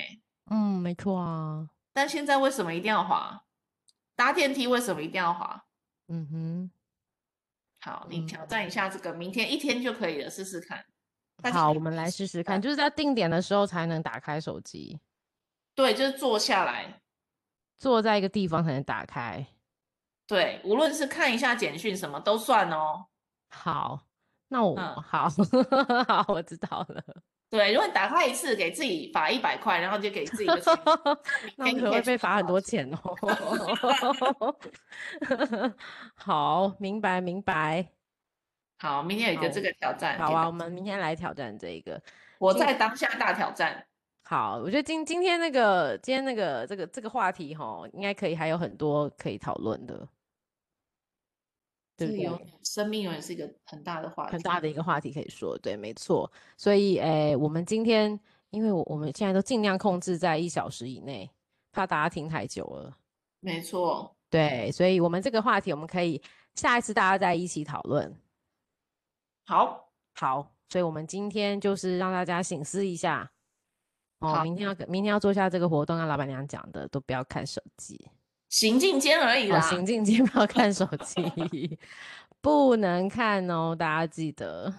Speaker 1: 嗯，没错啊，
Speaker 2: 但现在为什么一定要划？搭电梯为什么一定要划？
Speaker 1: 嗯哼，
Speaker 2: 好，你挑
Speaker 1: 嗯
Speaker 2: 战一下这个，明天一天就可以了，试试看。但是
Speaker 1: 好，
Speaker 2: 你
Speaker 1: 我们来试试看，
Speaker 2: 看
Speaker 1: 就是在定点的时候才能打开手机，
Speaker 2: 对，就是坐下来，
Speaker 1: 坐在一个地方才能打开。
Speaker 2: 对，无论是看一下简讯什么都算哦。
Speaker 1: 好，那我、
Speaker 2: 嗯
Speaker 1: 好 [LAUGHS] 好，我知道了。
Speaker 2: 对，如果你打开一次，给自己罚一百块，然后就给自己
Speaker 1: [LAUGHS]
Speaker 2: 一个钱
Speaker 1: 那
Speaker 2: 明
Speaker 1: 我可能
Speaker 2: 天你可以
Speaker 1: 会被
Speaker 2: 去
Speaker 1: 罚很
Speaker 2: 考
Speaker 1: 多
Speaker 2: 试
Speaker 1: 钱
Speaker 2: [LAUGHS]
Speaker 1: 哦。好，明白明白。
Speaker 2: 好，明天有一个这
Speaker 1: 好
Speaker 2: 个挑战。
Speaker 1: 好
Speaker 2: 给
Speaker 1: 啊，
Speaker 2: 大
Speaker 1: 我们明天来挑战这一个。
Speaker 2: 我
Speaker 1: 今
Speaker 2: 在当下大挑战。
Speaker 1: 好，我觉得今今天那个今天那个这个这个话题哈，应该可以还有很多可以讨论的，对不
Speaker 2: 这个
Speaker 1: 对？
Speaker 2: 永远，生命永远是一个很大的话题。
Speaker 1: 很大的一个话题可以说，对，没错。所以，诶，我们今天，因为我我们现在都尽量控制在一小时以内，怕大家听太久了。
Speaker 2: 没错，
Speaker 1: 对，所以我们这个话题，我们可以下一次大家再一起讨论。
Speaker 2: 好，
Speaker 1: 好，所以我们今天就是让大家醒思一下。哦，
Speaker 2: 好
Speaker 1: 明天要明天要做下这个活动，让老板娘讲的都不要看手机，
Speaker 2: 行进间而已
Speaker 1: 哦，
Speaker 2: 啦。
Speaker 1: 行进 [LAUGHS] 间不要看手机，不能看哦，大家记得，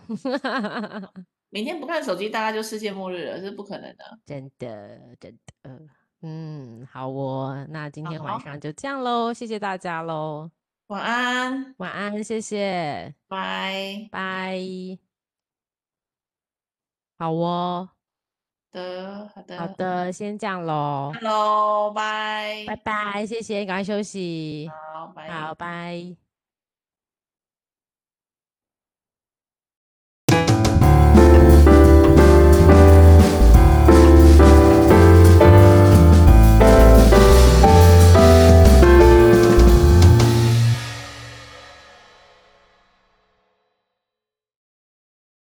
Speaker 1: [LAUGHS]
Speaker 2: 明天不看手机，大家就世界末日了，这是不可能的。
Speaker 1: 真的真的，嗯，好哦，那今天晚
Speaker 2: 好
Speaker 1: 上就这样喽，谢谢大家喽，
Speaker 2: 晚安，
Speaker 1: 晚安，谢谢，
Speaker 2: 拜
Speaker 1: 拜，好哦，
Speaker 2: 的，好的，
Speaker 1: 好。的，先这样喽，
Speaker 2: 嗯 Hello，拜，
Speaker 1: 拜拜，谢谢，赶快休息，
Speaker 2: 好，拜。
Speaker 1: 好，拜。